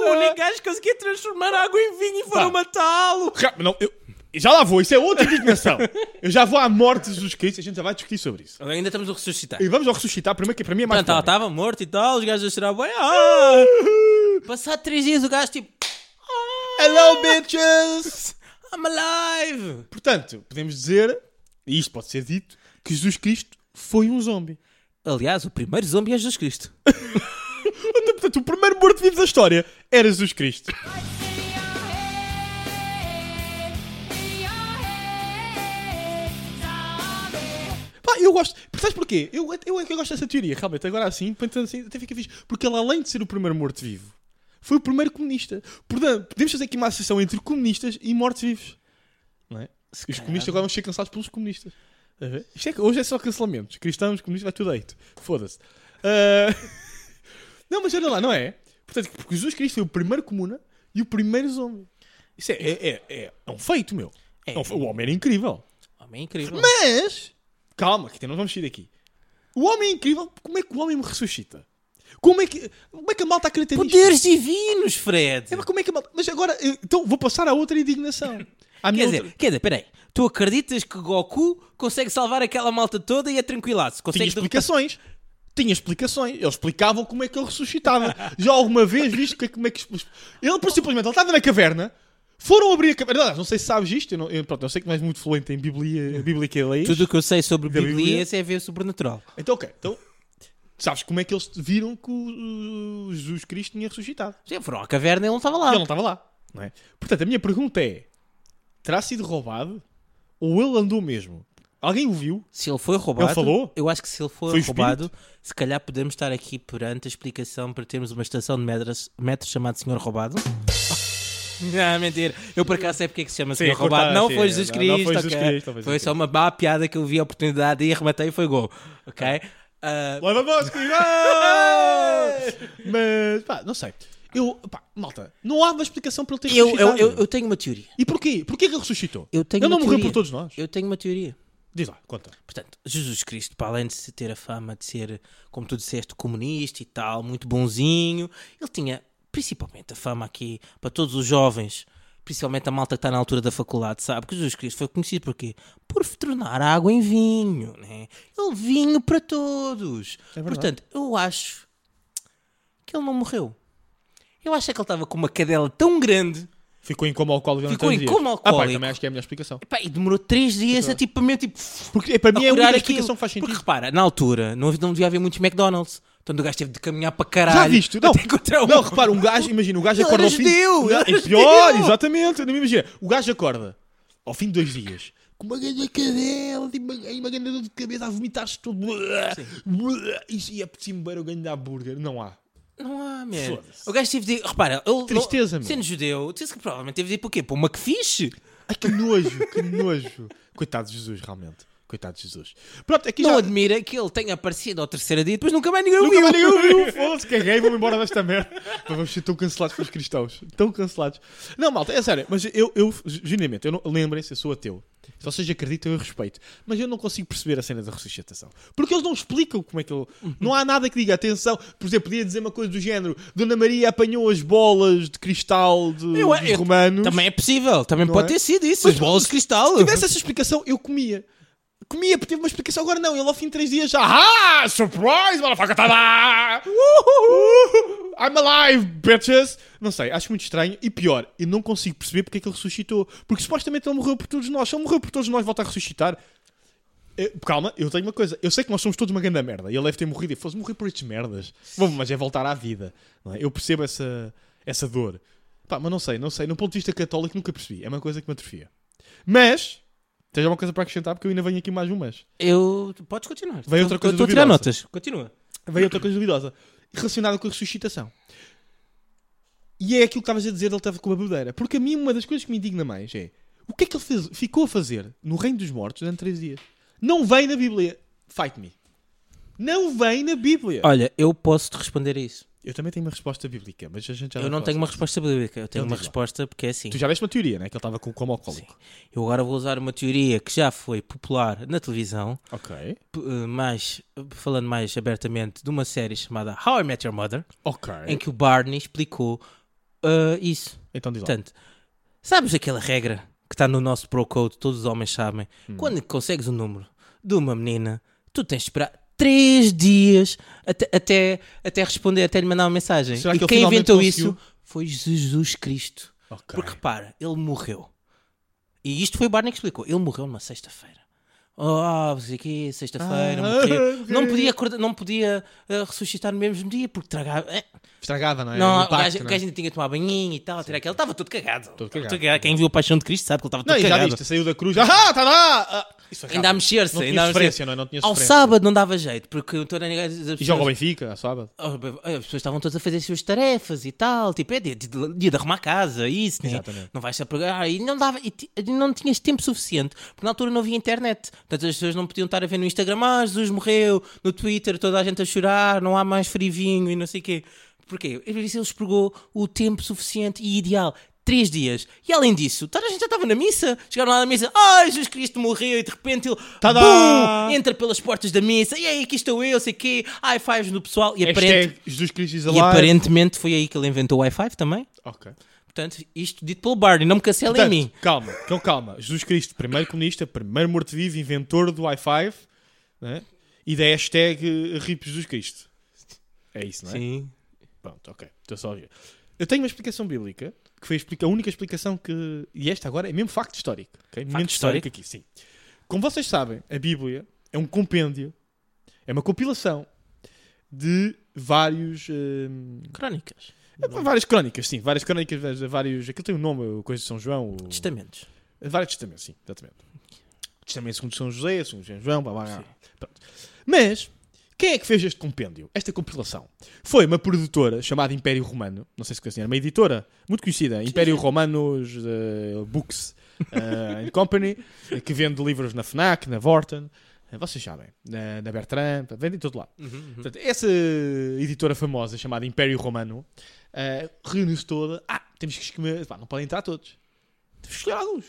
Speaker 1: conseguia transformar água em vinho e foram
Speaker 2: Pá.
Speaker 1: matá-lo.
Speaker 2: Ra- Não, eu- Já lá vou, isso é outra indignação. eu já vou à morte de Jesus Cristo, a gente já vai discutir sobre isso.
Speaker 1: Ainda estamos a ressuscitar.
Speaker 2: E vamos ao ressuscitar, primeiro que para mim é mais.
Speaker 1: Portanto, ela
Speaker 2: polémico.
Speaker 1: estava morta e tal, os gajos a chorar bem. Ah! Passado três dias o gajo tipo. "Ah,
Speaker 2: Hello, bitches!
Speaker 1: I'm alive!
Speaker 2: Portanto, podemos dizer, e isto pode ser dito, que Jesus Cristo foi um zombie.
Speaker 1: Aliás, o primeiro zombi é Jesus Cristo.
Speaker 2: Portanto, Então, portanto, o primeiro morto-vivo da história era Jesus Cristo. Pá, eu gosto. Sabes porquê? Eu, eu é que eu gosto dessa teoria, realmente. Agora assim, pensando assim, até fica fixe. Porque ele, além de ser o primeiro morto-vivo, foi o primeiro comunista. Portanto, podemos fazer aqui uma associação entre comunistas e mortos-vivos. Não é? E os comunistas agora vão ser cancelados pelos comunistas. A ver? Isto é que- hoje é só cancelamentos. Cristãos, comunistas, vai tudo aí. Foda-se. Ah, Não, mas olha lá, não é? Portanto, porque Jesus Cristo foi o primeiro comuna e o primeiro zombie. Isso é, é, é, é- é um feito, meu.
Speaker 1: É.
Speaker 2: É um fe- o homem era incrível.
Speaker 1: Homem é incrível.
Speaker 2: Mas, é calma, que até não vamos sair daqui. O homem é incrível, como é que o homem me ressuscita? Como é que, como é que a malta acredita nisto?
Speaker 1: Poderes divinos, Fred!
Speaker 2: É, mas como é que a malta... Mas agora, eu- então vou passar à outra indignação. À minha
Speaker 1: Quer
Speaker 2: outra-
Speaker 1: dizer, quer dizer, peraí. Tu acreditas que Goku consegue salvar aquela malta toda e é tranquilaço?
Speaker 2: Tinha
Speaker 1: Consegue
Speaker 2: explicações. Tinha explicações. Eles explicavam como é que ele ressuscitava. Já alguma vez viste que, como é que. Ele, por simplesmente, ele estava na caverna. Foram abrir a caverna. Aliás, Não sei se sabes isto. Eu, não, eu, pronto, eu sei que não és muito fluente em Bíblia, Bíblia que leis.
Speaker 1: Tudo o que eu sei sobre
Speaker 2: Da Bíblia?
Speaker 1: Bíblia esse é ver o sobrenatural.
Speaker 2: Então, ok. Então, sabes como é que eles viram que o, o Jesus Cristo tinha ressuscitado?
Speaker 1: Já foram à caverna e ele não estava
Speaker 2: E
Speaker 1: lá.
Speaker 2: ele não estava lá. Não é? Portanto, a minha pergunta é: terá sido roubado ou ele andou mesmo? Alguém o viu?
Speaker 1: Se ele foi roubado,
Speaker 2: Ele falou?
Speaker 1: eu acho que se ele foi,
Speaker 2: Foi o
Speaker 1: roubado, se calhar podemos estar aqui perante a explicação para termos uma estação de metros, metros chamada Senhor
Speaker 2: [LAUGHS]
Speaker 1: Roubado. Não, mentira. Eu por acaso sei porque é que se chama
Speaker 2: Sim,
Speaker 1: Senhor
Speaker 2: cortaram,
Speaker 1: Roubado. Não
Speaker 2: sim,
Speaker 1: foi Jesus
Speaker 2: não- não
Speaker 1: Cristo,
Speaker 2: foi Jesus
Speaker 1: ok?
Speaker 2: Cristo, não foi
Speaker 1: Foi
Speaker 2: Jesus
Speaker 1: só uma má piada que eu vi a oportunidade e arrematei e foi gol, ok? Ah,
Speaker 2: Leva Bosque! Mas, pá, não sei. Eu, pá, malta, não há uma explicação para ele ter
Speaker 1: eu, eu,
Speaker 2: ressuscitado.
Speaker 1: eu, eu tenho uma teoria.
Speaker 2: E porquê? Porquê que ele ressuscitou?
Speaker 1: Eu tenho
Speaker 2: ele não
Speaker 1: uma
Speaker 2: morreu
Speaker 1: teoria.
Speaker 2: por todos nós.
Speaker 1: Eu tenho uma teoria.
Speaker 2: Diz lá, conta.
Speaker 1: Portanto, Jesus Cristo, para além de se ter a fama de ser, como tu disseste, comunista e tal, muito bonzinho, ele tinha principalmente a fama aqui para todos os jovens, principalmente a malta que está na altura da faculdade, sabe? Que Jesus Cristo foi conhecido por quê? Por tornar água em vinho, né? Ele vinho para todos.
Speaker 2: verdade.
Speaker 1: Portanto, eu acho que ele não morreu. Eu acho é que ele estava com uma cadela tão grande
Speaker 2: Ficou em coma alcoólico durante
Speaker 1: Ficou
Speaker 2: três
Speaker 1: em
Speaker 2: dias.
Speaker 1: coma
Speaker 2: Ah, pá,
Speaker 1: alcoólico.
Speaker 2: também acho que é a melhor explicação.
Speaker 1: epá, e demorou três dias a tipo, a mesmo, tipo
Speaker 2: Porque, é, para mim, é a
Speaker 1: curar
Speaker 2: única
Speaker 1: aquilo.
Speaker 2: explicação que faz sentido.
Speaker 1: Porque repara, na altura não, não devia haver muitos McDonald's. Então o gajo teve de caminhar para caralho.
Speaker 2: Já viste? Não,
Speaker 1: até encontrar um.
Speaker 2: não, repara, um gajo, imagina, um gajo
Speaker 1: Ele
Speaker 2: acorda
Speaker 1: era
Speaker 2: ao fim...
Speaker 1: judeu, ele
Speaker 2: Não,
Speaker 1: era
Speaker 2: é [LAUGHS] pior,
Speaker 1: judeu.
Speaker 2: exatamente. Não me imagina. O gajo acorda ao fim de dois dias com uma grande cadela e uma, e uma grande dor de cabeça a vomitar-se todo. E, é e a petimbeira o ganho da hambúrguer. Não há.
Speaker 1: Não há, mesmo.
Speaker 2: Foda-se.
Speaker 1: O gajo teve de. Repara, ele.
Speaker 2: Tristeza,
Speaker 1: não,
Speaker 2: meu.
Speaker 1: Sendo judeu, disse que provavelmente teve de ir para o quê? Para uma que fixe?
Speaker 2: Ai, que nojo, que nojo. Coitado de Jesus, realmente. Coitado de Jesus. Pronto, aqui
Speaker 1: Não
Speaker 2: já...
Speaker 1: admira que ele tenha aparecido ao terceiro dia e depois nunca mais ninguém o
Speaker 2: Nunca
Speaker 1: viu.
Speaker 2: mais ninguém ouviu, foda-se, caguei, vou-me embora desta merda. Pá, Vamos ser tão cancelados pelos cristãos. Tão cancelados. Não, malta, é sério, mas eu, eu genuinamente, eu não- lembrem-se, eu sou ateu. Se vocês acreditam, eu respeito. Mas eu não consigo perceber a cena da ressuscitação. Porque eles não explicam como é que ele. Não há nada que diga, atenção. Por exemplo, podia dizer uma coisa do género: Dona Maria apanhou as bolas de cristal de,
Speaker 1: Eu-
Speaker 2: dos
Speaker 1: eu-
Speaker 2: romanos.
Speaker 1: Também é possível, também
Speaker 2: Não
Speaker 1: pode
Speaker 2: é?
Speaker 1: ter sido isso.
Speaker 2: Mas
Speaker 1: As bolas de cristal.
Speaker 2: Se tivesse essa explicação, eu comia. Comia, porque teve uma explicação. Agora não, ele ao fim de três dias já. Ah! Surprise, motherfucker! Tada! Uhuhu! I'm alive, bitches! Não sei, acho muito estranho. E pior, eu não consigo perceber porque é que ele ressuscitou. Porque supostamente ele morreu por todos nós. Se ele morreu por todos nós, volta a ressuscitar. Eh, calma, eu tenho uma coisa. Eu sei que nós somos todos uma grande merda. E ele deve ter morrido. E fosse morrer por estes merdas. Bom, mas é voltar à vida. não é? Eu percebo essa, essa dor. Pá, mas não sei, não sei. No ponto de vista católico, nunca percebi. É uma coisa que me atrofia. Mas, tens alguma coisa para acrescentar? Porque eu ainda venho aqui mais um mas.
Speaker 1: Eu. Podes continuar.
Speaker 2: Veio outra
Speaker 1: Eu- eu
Speaker 2: coisa
Speaker 1: Estou a tirar
Speaker 2: duvidosa.
Speaker 1: notas. Continua.
Speaker 2: Veio outra coisa duvidosa. Relacionada com a ressuscitação. E é aquilo que estavas a dizer, ele estava com a bebedeira. Porque a mim, uma das coisas que me indigna mais é o que é que ele fez- ficou a fazer no reino dos mortos durante três dias? Não vem na Bíblia. Fight me. Não vem na Bíblia.
Speaker 1: Olha, eu posso te responder a isso.
Speaker 2: Eu também tenho uma resposta bíblica, mas a gente já
Speaker 1: eu não
Speaker 2: fala
Speaker 1: tenho uma
Speaker 2: sobre
Speaker 1: resposta bíblica, eu tenho
Speaker 2: Então
Speaker 1: uma
Speaker 2: diz lá.
Speaker 1: resposta porque é assim.
Speaker 2: isso. Tu já deste uma teoria, né? Que ele estava com como alcoólico.
Speaker 1: Eu agora vou usar uma teoria que já foi popular na televisão,
Speaker 2: Ok.
Speaker 1: p- eh, mais, eh, falando mais abertamente de uma série chamada How I Met Your Mother,
Speaker 2: Ok.
Speaker 1: em que o Barney explicou Ah, isso.
Speaker 2: Então diz lá.
Speaker 1: Portanto, sabes aquela regra que está no nosso Procode, todos os homens sabem?
Speaker 2: Hum.
Speaker 1: Quando consegues o número de uma menina, tu tens de esperar 3 dias até, até, até responder, até lhe mandar uma mensagem.
Speaker 2: Será
Speaker 1: e
Speaker 2: que ele
Speaker 1: quem
Speaker 2: finalmente
Speaker 1: inventou
Speaker 2: conseguiu?
Speaker 1: isso foi Jesus Cristo.
Speaker 2: Ok.
Speaker 1: Porque repara, ele morreu. E isto foi o Barney que explicou. Ele morreu numa sexta-feira. Oh, você aqui, sexta-feira,
Speaker 2: Ah,
Speaker 1: morreu.
Speaker 2: ok.
Speaker 1: Não podia, acordar- não podia eh, ressuscitar no mesmo dia porque tragava. eh,
Speaker 2: Estragada, não é?
Speaker 1: não,
Speaker 2: No
Speaker 1: o
Speaker 2: impacto,
Speaker 1: gajo,
Speaker 2: não
Speaker 1: o
Speaker 2: é?
Speaker 1: gajo ainda tinha que tomar banhinho e tal, tirar aquele. Estava todo cagado. Todo
Speaker 2: cagado.
Speaker 1: Quem viu a Paixão de Cristo sabe que ele estava todo
Speaker 2: Não, e já
Speaker 1: cagado.
Speaker 2: viste, saiu da cruz. Ah, tá lá! Ah, isso é
Speaker 1: ainda a
Speaker 2: rápido.
Speaker 1: mexer-se.
Speaker 2: Não tinha
Speaker 1: ainda a mexer-se.
Speaker 2: sofrência, não é? Não tinha
Speaker 1: Ao
Speaker 2: sofrência.
Speaker 1: sábado não dava jeito, porque o Tony as
Speaker 2: E
Speaker 1: pessoas-
Speaker 2: joga ao Benfica, a sábado.
Speaker 1: Oh, bem, As pessoas estavam todas a fazer as suas tarefas e tal, tipo, é dia, de- de- dia de arrumar a casa, isso, né?
Speaker 2: Exatamente.
Speaker 1: não vais se apagar. E não, dava, e ti- e não tinhas tempo suficiente, porque na altura não havia internet. Portanto, as pessoas não podiam estar a ver no Instagram, ah, Jesus morreu, no Twitter toda a gente a chorar, não há mais frivinho e não sei o quê. Porquê? Por isso eles pegou o tempo suficiente e ideal. Três dias. E além disso, toda a gente já estava na missa. Chegaram lá na missa. Ai, Jesus Cristo morreu e de repente ele
Speaker 2: Tadá!
Speaker 1: bum, entra pelas portas da missa. E aí, aqui estou eu, sei quê. High fives no pessoal. E aparente,
Speaker 2: Hashtag Jesus Cristo is
Speaker 1: e
Speaker 2: alive.
Speaker 1: aparentemente foi aí que ele inventou o Wi-Fi também.
Speaker 2: Ok.
Speaker 1: Portanto, isto dito pelo Barney, não me cancelem a
Speaker 2: Portanto,
Speaker 1: mim.
Speaker 2: calma, então calma. Jesus Cristo, primeiro comunista, primeiro morto-vivo, inventor do Wi-Fi né? e da hashtag eh, RIP Jesus Cristo. É isso, não é?
Speaker 1: Sim.
Speaker 2: Pronto, ok. Estou só a ver. Eu tenho uma explicação bíblica, que foi a, explica- a única explicação que... E esta agora é mesmo facto histórico. ok? Momento
Speaker 1: histórico?
Speaker 2: histórico aqui, sim. Como vocês sabem, a Bíblia é um compêndio, é uma compilação de vários... eh,
Speaker 1: Crónicas.
Speaker 2: Várias crónicas, sim. Várias crónicas, vários- vários... Aquilo tem um nome, a coisa de São João. o-
Speaker 1: Testamentos.
Speaker 2: Vários testamentos, sim, exatamente. Testamento segundo São José, segundo São João, blá, blá, blá. Pronto. Mas, quem é que fez este compêndio, esta compilação? Foi uma produtora chamada Império Romano, não sei se conhecem, era uma editora muito conhecida, Império Romanos eh, Books eh, and Company, [LAUGHS] eh, que vende livros na FNAC, na Vorten, eh, vocês sabem, na, na Bertrand, pá, vende em todo lado. Portanto, essa editora famosa chamada Império Romano eh, reuniu-se toda. Ah, temos que escolher. Pá, não podem entrar todos. Temos que escolher alguns.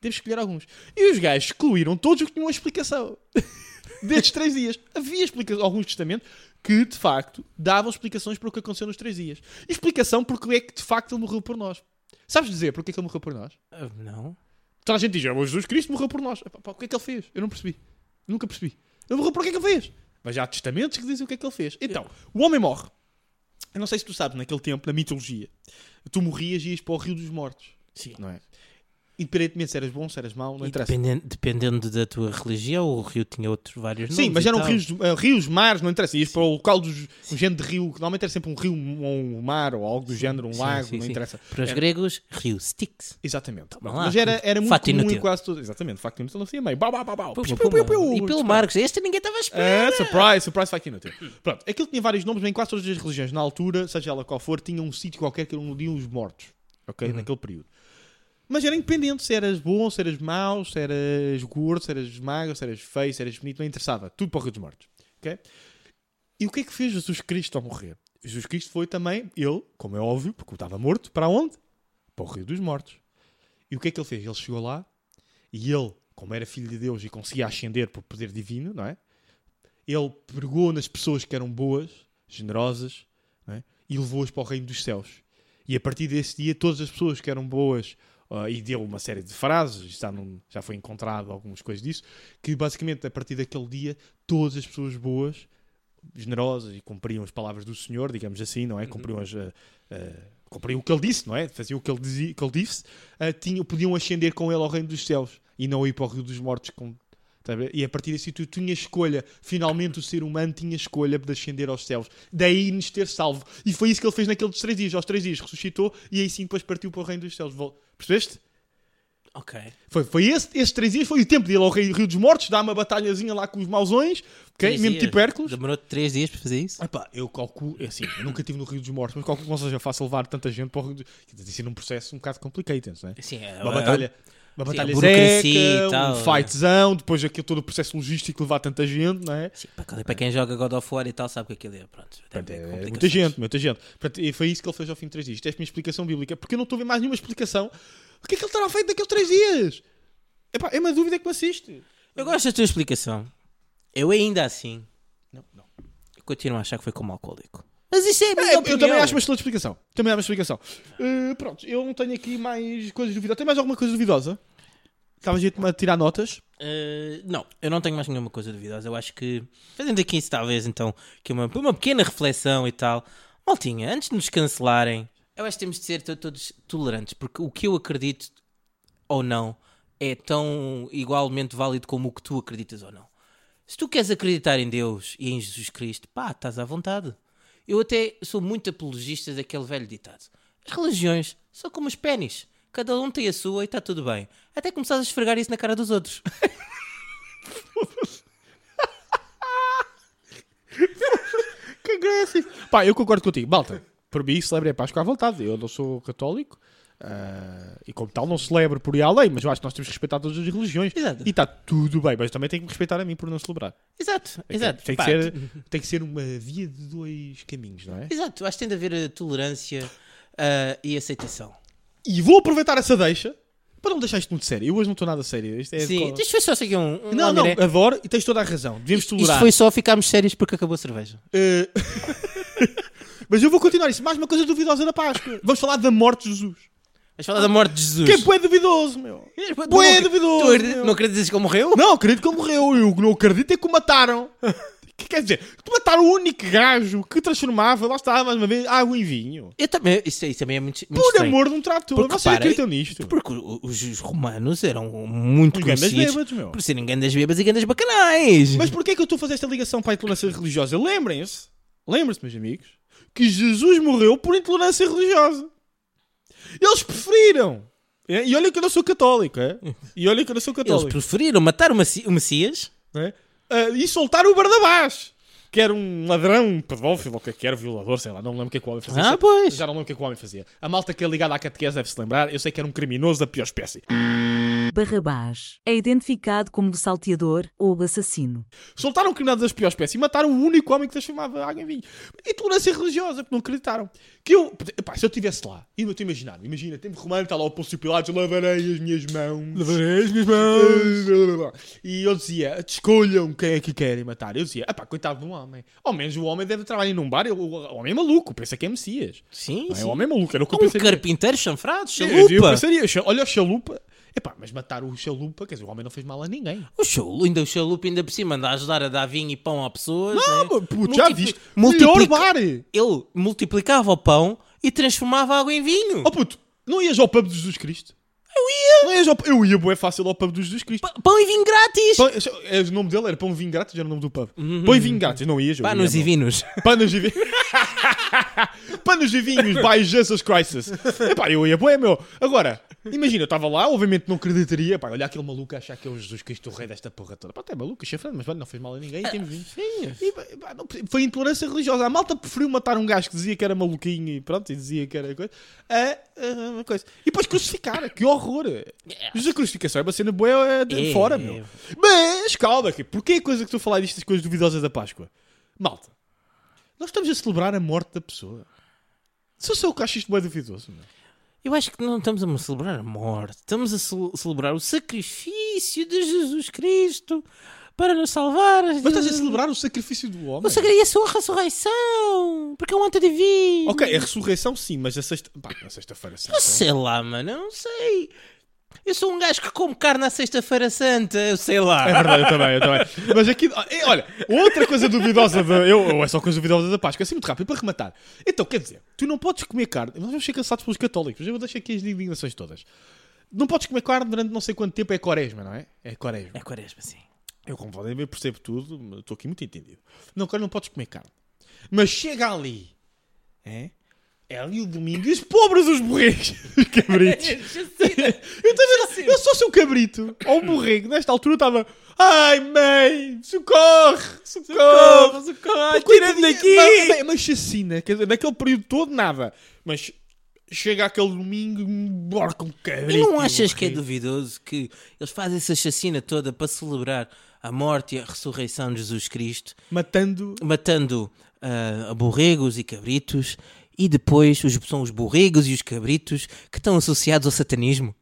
Speaker 2: Temos que escolher alguns. E os gajos excluíram todos os que tinham uma explicação. [LAUGHS] Destes três dias. Havia explica- alguns testamentos que, de facto, davam explicações para o que aconteceu nos três dias. E explicação porque é que, de facto, ele morreu por nós. Sabes dizer porque é que ele morreu por nós?
Speaker 1: Ah, Não.
Speaker 2: Toda a gente diz, "Ah, mas Jesus Cristo morreu por nós. Epá, pá, o que é que ele fez? Eu não percebi. Nunca percebi. Ele morreu por o que é que ele fez? Mas já há testamentos que dizem o que é que ele fez. Então, o homem morre. Eu não sei se tu sabes, naquele tempo, na mitologia, tu morrias e ias para o rio dos mortos.
Speaker 1: Sim.
Speaker 2: Não é? Independentemente se eras bom, se eras mau, não
Speaker 1: E
Speaker 2: interessa.
Speaker 1: dependen- dependendo da tua religião, o rio tinha outros vários nomes.
Speaker 2: Sim, mas
Speaker 1: e
Speaker 2: eram
Speaker 1: tal.
Speaker 2: rios, eh, rios, mares, não interessa. Ias para o local dos um género de rio, que normalmente era sempre um rio ou um mar ou algo do género, um
Speaker 1: Sim,
Speaker 2: lago,
Speaker 1: sim,
Speaker 2: não
Speaker 1: sim.
Speaker 2: interessa. É.
Speaker 1: Para os
Speaker 2: Era-
Speaker 1: gregos, rio Styx.
Speaker 2: Exatamente.
Speaker 1: lá.
Speaker 2: Mas era, era muito
Speaker 1: Fato
Speaker 2: comum
Speaker 1: inútil.
Speaker 2: em quase tudo. Exatamente, facto inútil não tinha meio. Bau, bau, bau, bau.
Speaker 1: Puma,
Speaker 2: Piu, piu, piu,
Speaker 1: puma.
Speaker 2: piu.
Speaker 1: E pelo Marcos, este ninguém estava a esperar.
Speaker 2: É, surprise, surprise, fact inútil. Pronto, aquilo tinha vários nomes, mas em quase todas as religiões na altura, seja ela qual for, tinha um sítio qualquer que era onde iam os mortos, ok? Naquele período. Mas era independente se eras bom, se eras mau, se eras gordo, se eras magro, se eras feio, se eras bonito, não interessava. Tudo para o Rio dos Mortos, ok? E o que é que fez Jesus Cristo ao morrer? Jesus Cristo foi também, ele, como é óbvio, porque estava morto, para onde? Para o Rio dos Mortos. E o que é que ele fez? Ele chegou lá e ele, como era filho de Deus e conseguia ascender por poder divino, não é? ele pregou nas pessoas que eram boas, generosas, não é? e levou-as para o reino dos céus. E a partir desse dia, todas as pessoas que eram boas, ah, e deu uma série de frases, está num- já foi encontrado algumas coisas disso, que basicamente a partir daquele dia, todas as pessoas boas, generosas e cumpriam as palavras do Senhor, digamos assim, não é? Cumpriam, as, ah, ah, cumpriam o que ele disse, não é? Faziam o que ele, dizia, que ele disse, ah, tinham, podiam ascender com ele ao reino dos céus e não ir para o rio dos mortos com Tá a ver? E a partir desse tu tinha escolha, finalmente o ser humano tinha escolha de ascender aos céus, daí nos ter salvo. E foi isso que ele fez naqueles três dias. Aos três dias ressuscitou e aí sim depois partiu para o reino dos céus. Vol- Percebeste?
Speaker 1: Ok.
Speaker 2: Foi, foi esse, esses três dias, foi o tempo dele ao Rei Rio dos Mortos, dá uma batalhazinha lá com os mauzões, ok?
Speaker 1: Três
Speaker 2: mesmo
Speaker 1: dias.
Speaker 2: tipo Hércules. Ah.
Speaker 1: Demorou três dias para fazer isso?
Speaker 2: Epá, eu calculo, é assim, eu nunca estive no Rio dos Mortos, mas calculo que não seja fácil levar tanta gente para o Rio dos Mortos. Isso é um processo um bocado complicated, não é?
Speaker 1: Sim, é-
Speaker 2: uma batalha, uma
Speaker 1: Sim,
Speaker 2: batalha
Speaker 1: a burocracia e
Speaker 2: zeca,
Speaker 1: tal,
Speaker 2: um fightzão, depois aquilo todo o processo logístico levar tanta gente, não é?
Speaker 1: Sim, para, para quem joga God of War e tal, sabe que aquilo é. Pronto, deve
Speaker 2: Portanto,
Speaker 1: haver
Speaker 2: é
Speaker 1: complicações.
Speaker 2: muita gente, muita gente. Portanto, e foi isso que ele fez ao fim de três dias. Isto é a minha explicação bíblica, porque eu não estou a ver mais nenhuma explicação. O que é que ele terá feito daqueles três dias? Epá, é uma dúvida que me assiste.
Speaker 1: Eu gosto da tua explicação. Eu ainda assim
Speaker 2: Não, não.
Speaker 1: continuo a achar que foi como alcoólico. Mas isto é a minha
Speaker 2: É, eu
Speaker 1: opinião.
Speaker 2: também acho uma excelente explicação. Também há uma explicação. Eh, pronto, eu não tenho aqui mais coisas duvidosas. Tem mais alguma coisa duvidosa? Estavas a tirar notas?
Speaker 1: Eh, não, eu não tenho mais nenhuma coisa duvidosa. Eu acho que, fazendo aqui isso talvez, então, que uma, uma pequena reflexão e tal. Maltinha, antes de nos cancelarem, eu acho que temos de ser to- todos tolerantes, porque o que eu acredito ou não é tão igualmente válido como o que tu acreditas ou não. Se tu queres acreditar em Deus e em Jesus Cristo, pá, estás à vontade. Eu até sou muito apologista daquele velho ditado. As religiões são como os pênis. Cada um tem a sua e está tudo bem. Até começares a esfregar isso na cara dos outros.
Speaker 2: Que graça! É, Pá, eu concordo contigo. Malta, por mim, celebrei a Páscoa à vontade. Eu não sou católico. ah, e como tal, não celebro por ir além, mas eu acho que nós temos que respeitar todas as religiões
Speaker 1: Exato.
Speaker 2: e está tudo bem, mas também tem que me respeitar a mim por não celebrar.
Speaker 1: Exato, exato.
Speaker 2: Tem que,
Speaker 1: Pá,
Speaker 2: ser,
Speaker 1: tu-
Speaker 2: tem que ser uma via de dois caminhos, não é?
Speaker 1: Exato, acho que tem de haver eh, tolerância ah, e aceitação.
Speaker 2: E vou aproveitar essa deixa para não deixar isto muito sério. Eu hoje não estou nada sério. Isto é
Speaker 1: Sim, deixa eu só seguir um. um
Speaker 2: Não, não,
Speaker 1: lamiré.
Speaker 2: adoro e tens toda a razão. Devemos
Speaker 1: Isto
Speaker 2: tolerar.
Speaker 1: foi só ficarmos sérios porque acabou a cerveja.
Speaker 2: Eh, [LAUGHS] Mas eu vou continuar isso. Mais uma coisa duvidosa da Páscoa. Vamos falar da morte de Jesus.
Speaker 1: Mas fala da morte de Jesus.
Speaker 2: Que é bué duvidoso, meu.
Speaker 1: Bué
Speaker 2: bué
Speaker 1: duvidoso,
Speaker 2: duvidoso,
Speaker 1: Tu acredi-
Speaker 2: meu.
Speaker 1: Não acreditas que ele morreu?
Speaker 2: Não, acredito que ele morreu. Eu não acredito é que o mataram. que quer dizer? Que mataram o único gajo que transformava, lá está, mais uma vez, água em vinho.
Speaker 1: Eu também, isso, isso também é muito, muito
Speaker 2: Por
Speaker 1: estranho.
Speaker 2: amor de um trator.
Speaker 1: Porque,
Speaker 2: Vocês
Speaker 1: repara,
Speaker 2: acreditam nisto?
Speaker 1: Porque o- os, os romanos eram muito
Speaker 2: Os grandes
Speaker 1: conhecidos
Speaker 2: bêbados, meu.
Speaker 1: por serem grandes bebas e grandes bacanais.
Speaker 2: Mas porquê é que eu estou a fazer esta ligação para a intolerância religiosa? Lembrem-se, lembrem-se, meus amigos, que Jesus morreu por intolerância religiosa. Eles preferiram. É, E olha que eu não sou católico, é? E olha que eu não sou
Speaker 1: Eles
Speaker 2: católico.
Speaker 1: preferiram matar o, Maci- o Messias.
Speaker 2: né? Ah, e soltar o Barnabás, que era um ladrão, um pedófilo, ou o que é que era, violador, sei lá, não me lembro o que é que o homem fazia.
Speaker 1: Ah,
Speaker 2: Sei-
Speaker 1: pois.
Speaker 2: Já não lembro o que é que o homem fazia. A malta que é ligada à catequese deve-se lembrar, eu sei que era um criminoso da pior espécie.
Speaker 5: Barrabás é identificado como salteador ou assassino.
Speaker 2: Soltaram criminosos um das piores espécies e mataram o único homem que transformava água em vinho. Intolerância religiosa, porque não acreditaram. Que eu, pá, se eu estivesse lá, e eu estou a imaginar, imagina, tempo romano, está lá o Pôncio Pilatos, eu lavarei as minhas mãos. Lavarei as minhas mãos. E eu dizia, escolham quem é que querem matar. Eu dizia, ah pá, coitado do homem. Ao menos o homem deve trabalhar num bar, eu- o homem é maluco, pensa que é Messias.
Speaker 1: Sim,
Speaker 2: Não é?
Speaker 1: sim.
Speaker 2: O homem é maluco, era o que eu
Speaker 1: Um
Speaker 2: pensaria.
Speaker 1: carpinteiro chanfrado,
Speaker 2: Eu, eu
Speaker 1: chalupa.
Speaker 2: pensaria, xa- olha o chalupa. Epá, mas matar o chalupa, quer dizer, o homem não fez mal a ninguém.
Speaker 1: O show, ainda o chalupa ainda por cima anda a ajudar a dar vinho e pão a pessoas.
Speaker 2: Não,
Speaker 1: né?
Speaker 2: mas, puto,
Speaker 1: Multipli-
Speaker 2: já viste? é Melhor
Speaker 1: Multiplica-
Speaker 2: bar!
Speaker 1: Ele multiplicava o pão e transformava água em vinho.
Speaker 2: Oh puto, não ias ao pub de Jesus Cristo? Eu ia! Não ias ao... Eu ia, é fácil, ao pub de Jesus Cristo.
Speaker 1: P- Pão e vinho grátis!
Speaker 2: Pão- é, O nome dele era Pão Vinho Grátis, era o nome do pub. Pão e Vinho Grátis, Uhum. não ias? eu
Speaker 1: Panos
Speaker 2: ia,
Speaker 1: e
Speaker 2: não.
Speaker 1: vinhos.
Speaker 2: Panos e vinhos. [LAUGHS] Panos e vinhos by Jesus Christ. Epá, eu ia, bué, meu. Agora, imagina, eu estava lá, obviamente não acreditaria. Epá, olha aquele maluco a achar que é o Jesus Cristo, o rei desta porra toda. Pá, até maluco, chafrando, mas olha, não fez mal a ninguém e temos vinhos. E, pá, não- foi intolerância religiosa. A malta preferiu matar um gajo que dizia que era maluquinho e pronto, e dizia que era coisa. a- a uma coisa. E depois crucificar, que horror! Mas a crucificação é uma cena boa é de
Speaker 1: É.
Speaker 2: fora, meu. Mas calma aqui, porquê a coisa que tu falar destas coisas duvidosas da Páscoa? Malta, nós estamos a celebrar a morte da pessoa. Só sou eu que acho isto bem duvidoso, meu.
Speaker 1: [LAUGHS] Eu acho que não estamos a celebrar a morte, estamos a ce- celebrar o sacrifício de Jesus Cristo para nos salvar.
Speaker 2: Mas estás a celebrar o sacrifício do homem.
Speaker 1: o sacrifício, a sua ressurreição, porque é um anto divino.
Speaker 2: Ok, a ressurreição sim, mas a sexta. Pá, na sexta-feira sim.
Speaker 1: Eu sei lá, mano, eu não sei. Eu sou um gajo que come carne à Sexta-feira Santa, eu sei lá.
Speaker 2: [LAUGHS] É verdade, eu também, eu também. Mas aqui, eh, olha, outra coisa duvidosa da. Eu, eu- é só coisa duvidosa da Páscoa, assim muito rápido, para rematar. Então, quer dizer, tu não podes comer carne. Nós vamos ser cansados pelos católicos, eu vou deixar aqui as indignações todas. Não podes comer carne durante não sei quanto tempo, é quaresma, não é? É quaresma.
Speaker 1: É quaresma, sim.
Speaker 2: Eu, como podem ver, percebo tudo, mas estou aqui muito entendido. Não, cara, não podes comer carne. Mas chega ali, é? É ali o domingo e os pobres os borregos, [LAUGHS] os
Speaker 1: [LAUGHS]
Speaker 2: cabritos. Eu, também, não- eu só sou um cabrito ou um borrego. Nesta altura eu estava. Ai, mãe, socorre, socorre, socorre,
Speaker 1: tira-me daqui."
Speaker 2: É uma chacina, quer dizer, naquele período todo nada. Mas chega aquele domingo e me borca um cabrito.
Speaker 1: E não
Speaker 2: um
Speaker 1: achas que é
Speaker 2: borrego.
Speaker 1: duvidoso que eles fazem essa chacina toda para celebrar a morte e a ressurreição de Jesus Cristo,
Speaker 2: Matando.
Speaker 1: matando ah, borregos e cabritos, e depois os, são os borregos e os cabritos que estão associados ao satanismo?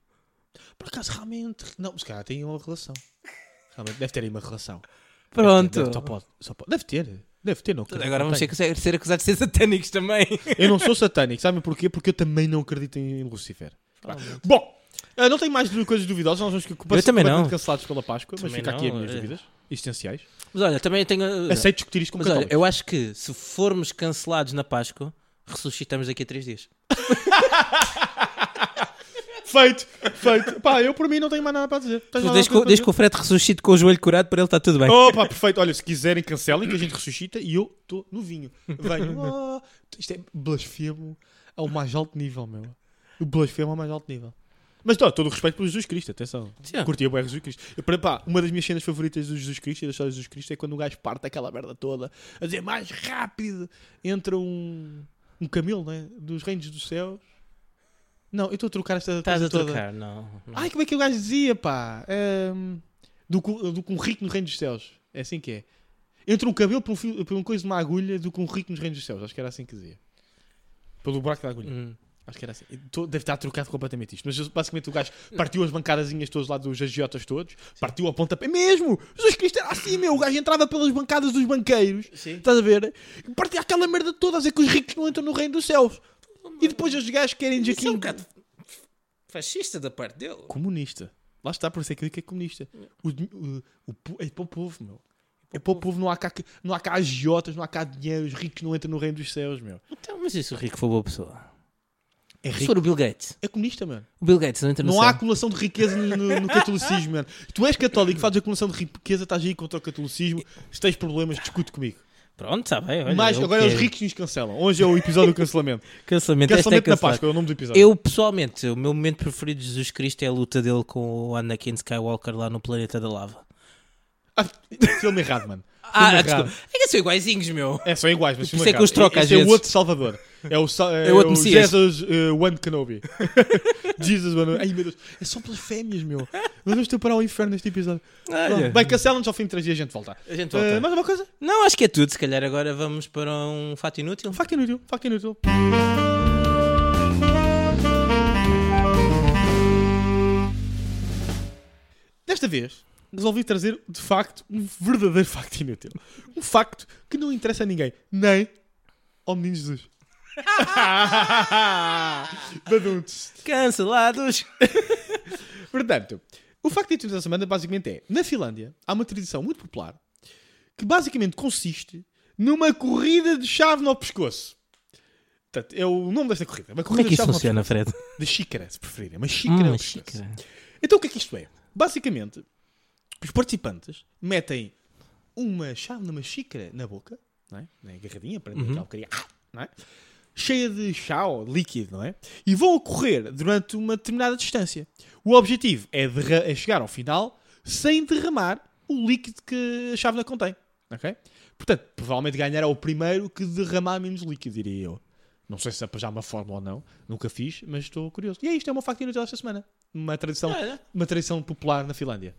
Speaker 2: Por acaso, realmente. Não, se calhar tem uma relação. Realmente, deve ter aí uma relação. Deve ter,
Speaker 1: Pronto.
Speaker 2: Deve, só, pode, só pode. Deve ter. Deve ter, não. cara.
Speaker 1: Agora
Speaker 2: Não
Speaker 1: vamos
Speaker 2: tenho.
Speaker 1: ser, ser acusados de ser satânicos também.
Speaker 2: Eu não sou satânico, sabem porquê? Porque eu também não acredito em Lucifer. Pá. Bom, eh, não tenho mais du- coisas duvidosas, nós vamos que
Speaker 1: Eu também não.
Speaker 2: cancelados pela Páscoa, mas
Speaker 1: Também
Speaker 2: fica aqui as
Speaker 1: não,
Speaker 2: minhas
Speaker 1: é.
Speaker 2: dúvidas existenciais.
Speaker 1: [LAUGHS] Mas olha, também tenho.
Speaker 2: Aceito discutir isto como
Speaker 1: Mas olha,
Speaker 2: católico.
Speaker 1: eu acho que se formos cancelados na Páscoa, ressuscitamos daqui a três dias.
Speaker 2: Feito, feito. Pá, eu por mim não tenho mais nada para dizer. Tens mais
Speaker 1: Desde que,
Speaker 2: alguma
Speaker 1: o-
Speaker 2: coisa
Speaker 1: desde que o Fred ressuscite com o joelho curado, para ele está tudo bem.
Speaker 2: para dizer? Opa, perfeito. Olha, se quiserem, cancelem que a gente ressuscita e eu estou no vinho.
Speaker 1: [LAUGHS]
Speaker 2: Venho. Oh, isto é blasfemo ao mais alto nível, meu. O blasfemo ao mais alto nível. Mas ó, todo o respeito pelo Jesus Cristo, atenção.
Speaker 1: Sim.
Speaker 2: Curtia bem Jesus Cristo. Eu, para- pá, uma das minhas cenas favoritas do Jesus Cristo e da história de Jesus Cristo é quando o gajo parte aquela merda toda a dizer mais rápido entra um, um camelo, né? Dos reinos dos céus. Não, eu estou a trocar esta
Speaker 1: Estás
Speaker 2: coisa
Speaker 1: a
Speaker 2: toda.
Speaker 1: trocar, não. não.
Speaker 2: Ai, como é que o gajo dizia, pá? Ehm, do, que- do que um rico no reino dos céus. É assim que é. Entre um cabelo por um, fio, por um coisa de uma agulha do que um rico nos reinos dos céus. Acho que era assim que dizia. Pelo buraco da agulha.
Speaker 1: Hum.
Speaker 2: Acho que era assim. Eu tô- deve estar trocado completamente isto. Mas basicamente o gajo partiu as bancadazinhas todas lá dos agiotas todos. Partiu a pontapé. Mesmo! Jesus Cristo era assim, meu. O gajo entrava pelas bancadas dos banqueiros. Estás a ver? E partia aquela merda toda a dizer que os ricos não entram no reino dos céus. E depois os gajos querem
Speaker 1: Oh,
Speaker 2: dizer
Speaker 1: Isso
Speaker 2: que
Speaker 1: é um bocado fascista da parte dele.
Speaker 2: comunista. Lá está, por isso é que eu digo que é comunista. O, o, o po- é para o povo, meu. É para o povo, não há cá, não há cá agiotas, não há cá dinheiro, os ricos não entram no reino dos céus, meu.
Speaker 1: Então, mas e se o rico for boa pessoa?
Speaker 2: É
Speaker 1: Se
Speaker 2: rico.
Speaker 1: for o Bill Gates.
Speaker 2: É comunista, mano.
Speaker 1: O Bill Gates não entra no
Speaker 2: Não
Speaker 1: céu.
Speaker 2: há acumulação de riqueza no, no- no catolicismo, mano. Tu és católico, fazes acumulação de riqueza, estás aí contra o catolicismo, se tens problemas, discute comigo.
Speaker 1: Pronto, está bem. Olha,
Speaker 2: Mas
Speaker 1: eu
Speaker 2: agora é os
Speaker 1: quero.
Speaker 2: ricos que nos cancelam. Hoje é o episódio do cancelamento.
Speaker 1: Cancelamento, este é
Speaker 2: Cancelamento na
Speaker 1: cancelado.
Speaker 2: Páscoa, é o nome do episódio.
Speaker 1: Eu, pessoalmente, o meu momento preferido de Jesus Cristo é a luta dele com o Anakin Skywalker lá no planeta da lava.
Speaker 2: Ah, filme errado, mano.
Speaker 1: Ah,
Speaker 2: errado.
Speaker 1: desculpa. É que são iguaizinhos, meu.
Speaker 2: É, são iguais, mas
Speaker 1: Por
Speaker 2: filme
Speaker 1: isso é que eu os
Speaker 2: errado.
Speaker 1: troco às
Speaker 2: Este é
Speaker 1: vezes.
Speaker 2: o outro Salvador. É o, sa- é
Speaker 1: É o outro
Speaker 2: o
Speaker 1: Messias.
Speaker 2: Jesus uh, One
Speaker 1: [LAUGHS]
Speaker 2: Kenobi. Jesus One Ai, meu Deus. É só pelas fêmeas, meu. Mas vamos ter para o inferno neste episódio. Bom, Bem, cancela-nos ao fim de três dias a gente volta.
Speaker 1: A gente
Speaker 2: Eh,
Speaker 1: volta.
Speaker 2: mais uma coisa?
Speaker 1: Não, acho que é tudo. Se calhar agora vamos para um fato inútil.
Speaker 2: Facto inútil. Facto inútil. Desta vez, resolvi trazer, de facto, um verdadeiro facto inútil. Um facto que não interessa a ninguém. Nem ao menino Jesus. Baduntes.
Speaker 1: Cancelados.
Speaker 2: Portanto, o facto de da semana basicamente é: na Finlândia há uma tradição muito popular que basicamente consiste numa corrida de chave ao pescoço. Portanto, é o nome desta corrida. Uma
Speaker 1: Como é que
Speaker 2: corrida de
Speaker 1: isso
Speaker 2: chave ao
Speaker 1: funciona, Fred?
Speaker 2: pescoço. De xícara, se preferirem. Uma xícara. ao
Speaker 1: Hum,
Speaker 2: pescoço.
Speaker 1: xícara.
Speaker 2: Então o que é que isto é? Basicamente, os participantes metem uma chave numa xícara na boca, não é? Na agarradinha, para uhum. um bocadinho, ah, não é? Cheia de chá ou líquido, não é? E vão a correr durante uma determinada distância. O objetivo é, derra- é chegar ao final sem derramar o líquido que a chávena contém, ok? Portanto, provavelmente ganhará o primeiro que derramar menos líquido, diria eu. Não sei se é para já uma fórmula ou não, nunca fiz, mas estou curioso. E é isto, é uma factura desta semana. Uma tradição,
Speaker 1: Olha.
Speaker 2: uma tradição popular na Finlândia.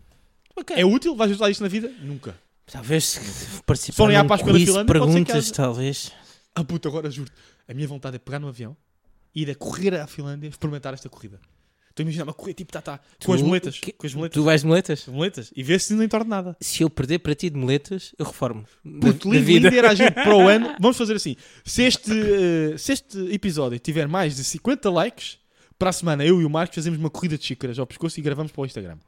Speaker 1: Ok.
Speaker 2: É útil? Vais usar isto na vida? Nunca.
Speaker 1: Talvez se
Speaker 2: Só
Speaker 1: participar
Speaker 2: nem à
Speaker 1: num
Speaker 2: Páscoa da
Speaker 1: quiz de
Speaker 2: Finlândia, pode ser
Speaker 1: perguntas,
Speaker 2: que haja.
Speaker 1: talvez.
Speaker 2: Ah, puta, agora juro A minha vontade é pegar no avião, ir a correr à Finlândia, experimentar esta corrida. Estou a imaginar uma corrida tipo tatá, com as
Speaker 1: Tu-
Speaker 2: moletas
Speaker 1: Hum, que-
Speaker 2: Com as moletas
Speaker 1: Tu vais de moletas?
Speaker 2: as moletas E ver se não entorna nada.
Speaker 1: Se eu perder para ti de moletas, eu reformo. Da-
Speaker 2: Puto,
Speaker 1: da
Speaker 2: lindo, lindo era a
Speaker 1: [LAUGHS]
Speaker 2: gente para o ano. Vamos fazer assim. Se este, eh, se este episódio tiver mais de 50 likes, para a semana eu e o Marcos fazemos uma corrida de xícaras ao pescoço e gravamos para o Instagram.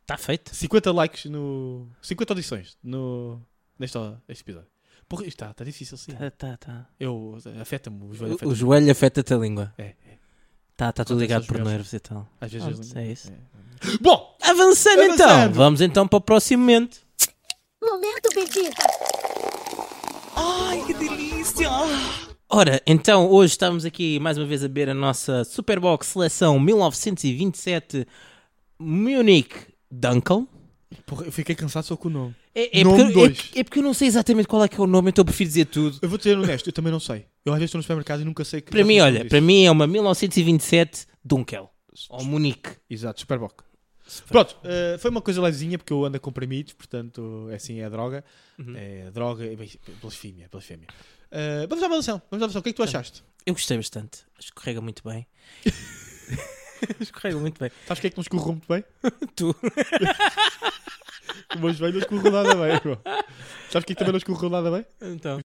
Speaker 1: Está Tá feito.
Speaker 2: 50 likes no. 50 audições no... neste, neste episódio. Porra, isto está, está difícil sim.
Speaker 1: Tá, tá, tá.
Speaker 2: Eu afeta-me, o joelho
Speaker 1: O
Speaker 2: afeta-me.
Speaker 1: joelho afeta-te a língua.
Speaker 2: É, é.
Speaker 1: Tá, tá tudo
Speaker 2: Acontece
Speaker 1: ligado
Speaker 2: aos
Speaker 1: por
Speaker 2: joelhos.
Speaker 1: nervos e tal.
Speaker 2: Às vezes.
Speaker 1: Pronto, é isso.
Speaker 2: Bom!
Speaker 1: Avançando, então,
Speaker 2: Avançando.
Speaker 1: vamos então para o próximo momento.
Speaker 6: Momento bebida.
Speaker 1: Ai, que delícia! Ora, então hoje estamos aqui mais uma vez a beber a nossa Superbox Seleção 1927 Munich Dunkel.
Speaker 2: Porra, eu fiquei cansado só com o nome.
Speaker 1: É, é
Speaker 2: Nome
Speaker 1: porque, eu- é-
Speaker 2: dois.
Speaker 1: é porque eu não sei exatamente qual é que é o nome, então eu prefiro dizer tudo.
Speaker 2: Eu vou te ser honesto, eu também não sei. Eu às vezes estou no supermercado e nunca sei que.
Speaker 1: Para mim, olha, para
Speaker 2: mim.
Speaker 1: mim é uma 1927 Dunkel. Ou Munique.
Speaker 2: Exato, Superboc. Pronto, eh, foi uma coisa levezinha porque eu ando a comprimidos, portanto, é assim, é droga.
Speaker 1: Uhum.
Speaker 2: É droga, é bem- blasfémia, blasfémia. Eh, vamos à votação, vamos à votação. O
Speaker 1: Tá
Speaker 2: que é que tu achaste?
Speaker 1: Eu gostei bastante. Escorrega muito [LAUGHS] bem. Escorrega muito bem. [LAUGHS]
Speaker 2: Sabes o que é que nos corrompe bem?
Speaker 1: Tu.
Speaker 2: [LAUGHS] O meu joelho não escorreu nada bem, irmão. Sabes quem também não escorreu nada bem?
Speaker 1: Então.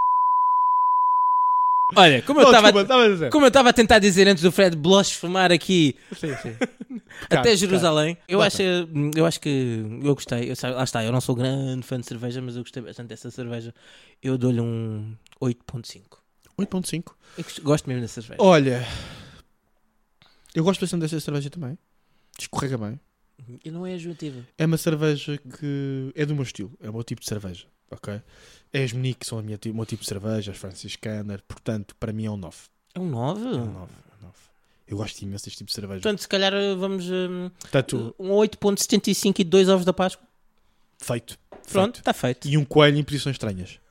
Speaker 1: Olha, como eu
Speaker 2: Não,
Speaker 1: estava
Speaker 2: desculpa, estava a dizer.
Speaker 1: como eu estava a tentar dizer antes do Fred blasfemar aqui
Speaker 2: Sim, sim.
Speaker 1: até
Speaker 2: Cara,
Speaker 1: Jerusalém, eu
Speaker 2: Bota.
Speaker 1: acho, eu acho que eu gostei. Eu, sabe- lá está, eu não sou grande fã de cerveja, mas eu gostei bastante dessa cerveja. Eu dou-lhe um 8.5.
Speaker 2: cara. 8.5.
Speaker 1: Eu gosto- gosto mesmo da cerveja.
Speaker 2: Olha, eu gosto bastante desta cerveja também. Escorrega bem.
Speaker 1: E não é enjoativa.
Speaker 2: É uma cerveja que é do meu estilo, é o meu tipo de cerveja, ok? É as Menique que são a minha, ti- o meu tipo de cerveja, as Franciscaner, portanto, para mim é um 9.
Speaker 1: É um 9?
Speaker 2: É um 9, é um 9. Eu gosto imenso deste tipo de cerveja.
Speaker 1: Portanto, se calhar vamos hum,
Speaker 2: Portanto,
Speaker 1: um 8.75 e dois ovos da Páscoa.
Speaker 2: feito.
Speaker 1: Pronto,
Speaker 2: Feito.
Speaker 1: está feito.
Speaker 2: E um coelho em posições estranhas.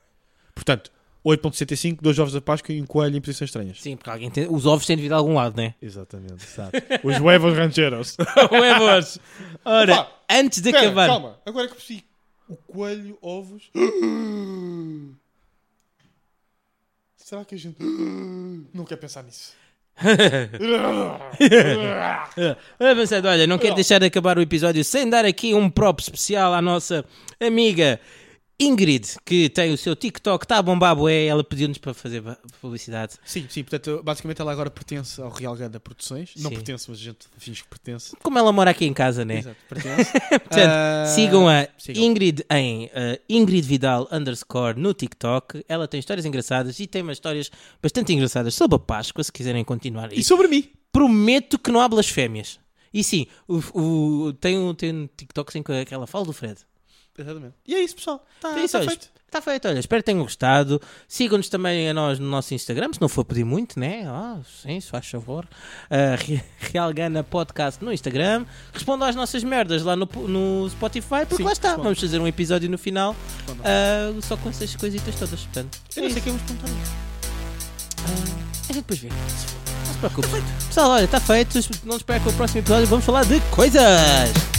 Speaker 2: Portanto, 8.75, dois ovos da Páscoa e um coelho em posições estranhas.
Speaker 1: Sim, porque alguém tem- os ovos têm de vir de algum lado, [LAUGHS] não é?
Speaker 2: Exatamente, sabe? Os huevos rancheros.
Speaker 1: Huevos! Ora,
Speaker 2: Opa,
Speaker 1: antes de
Speaker 2: Espera,
Speaker 1: acabar.
Speaker 2: Calma, agora é que eu percebi. O coelho, ovos. [GASPS] Será que a gente. Não quer pensar nisso.
Speaker 1: Avançado, Ah, olha, não quero deixar de acabar o episódio sem dar aqui um prop especial à nossa amiga Ingrid, que tem o seu TikTok, está a bombar bué, ela pediu-nos para fazer ba- publicidade.
Speaker 2: Sim, sim, portanto, basicamente ela agora pertence ao Real Ganda Produções. Não
Speaker 1: Sim.
Speaker 2: pertence, mas a gente finge que pertence.
Speaker 1: Como ela mora aqui em casa, né?
Speaker 2: Exato, pertence.
Speaker 1: [LAUGHS] Portanto,
Speaker 2: Ah,
Speaker 1: sigam a
Speaker 2: sigam.
Speaker 1: Ingrid em eh, Ingrid Vidal underscore no TikTok. Ela tem histórias engraçadas e tem umas histórias bastante engraçadas sobre a Páscoa, se quiserem continuar.
Speaker 2: E sobre mim.
Speaker 1: prometo que não há blasfémias. E sim, o, o- tem, um, tem um TikTok em que ela fala do Fred.
Speaker 2: Exatamente. E é isso, pessoal. Está
Speaker 1: Então,
Speaker 2: tá
Speaker 1: olha,
Speaker 2: feito.
Speaker 1: Está feito, olha, espero que tenham gostado. Sigam-nos também a nós no nosso Instagram, se não for pedir muito, né? Ah, sim, se faz favor. Ah, Re- Real Gana Podcast no Instagram. Respondam às nossas merdas lá no, no Spotify, porque
Speaker 2: Sim,
Speaker 1: lá está.
Speaker 2: respondam.
Speaker 1: Vamos fazer um episódio no final ah, só com essas coisitas todas. Portanto, É Ah,
Speaker 2: Eu não sei é um quem vos perguntar.
Speaker 1: a gente depois vê.
Speaker 2: Tá
Speaker 1: tá Não se preocupe. Pessoal, olha, está feito. Não esperem com o próximo episódio. Vamos falar de coisas.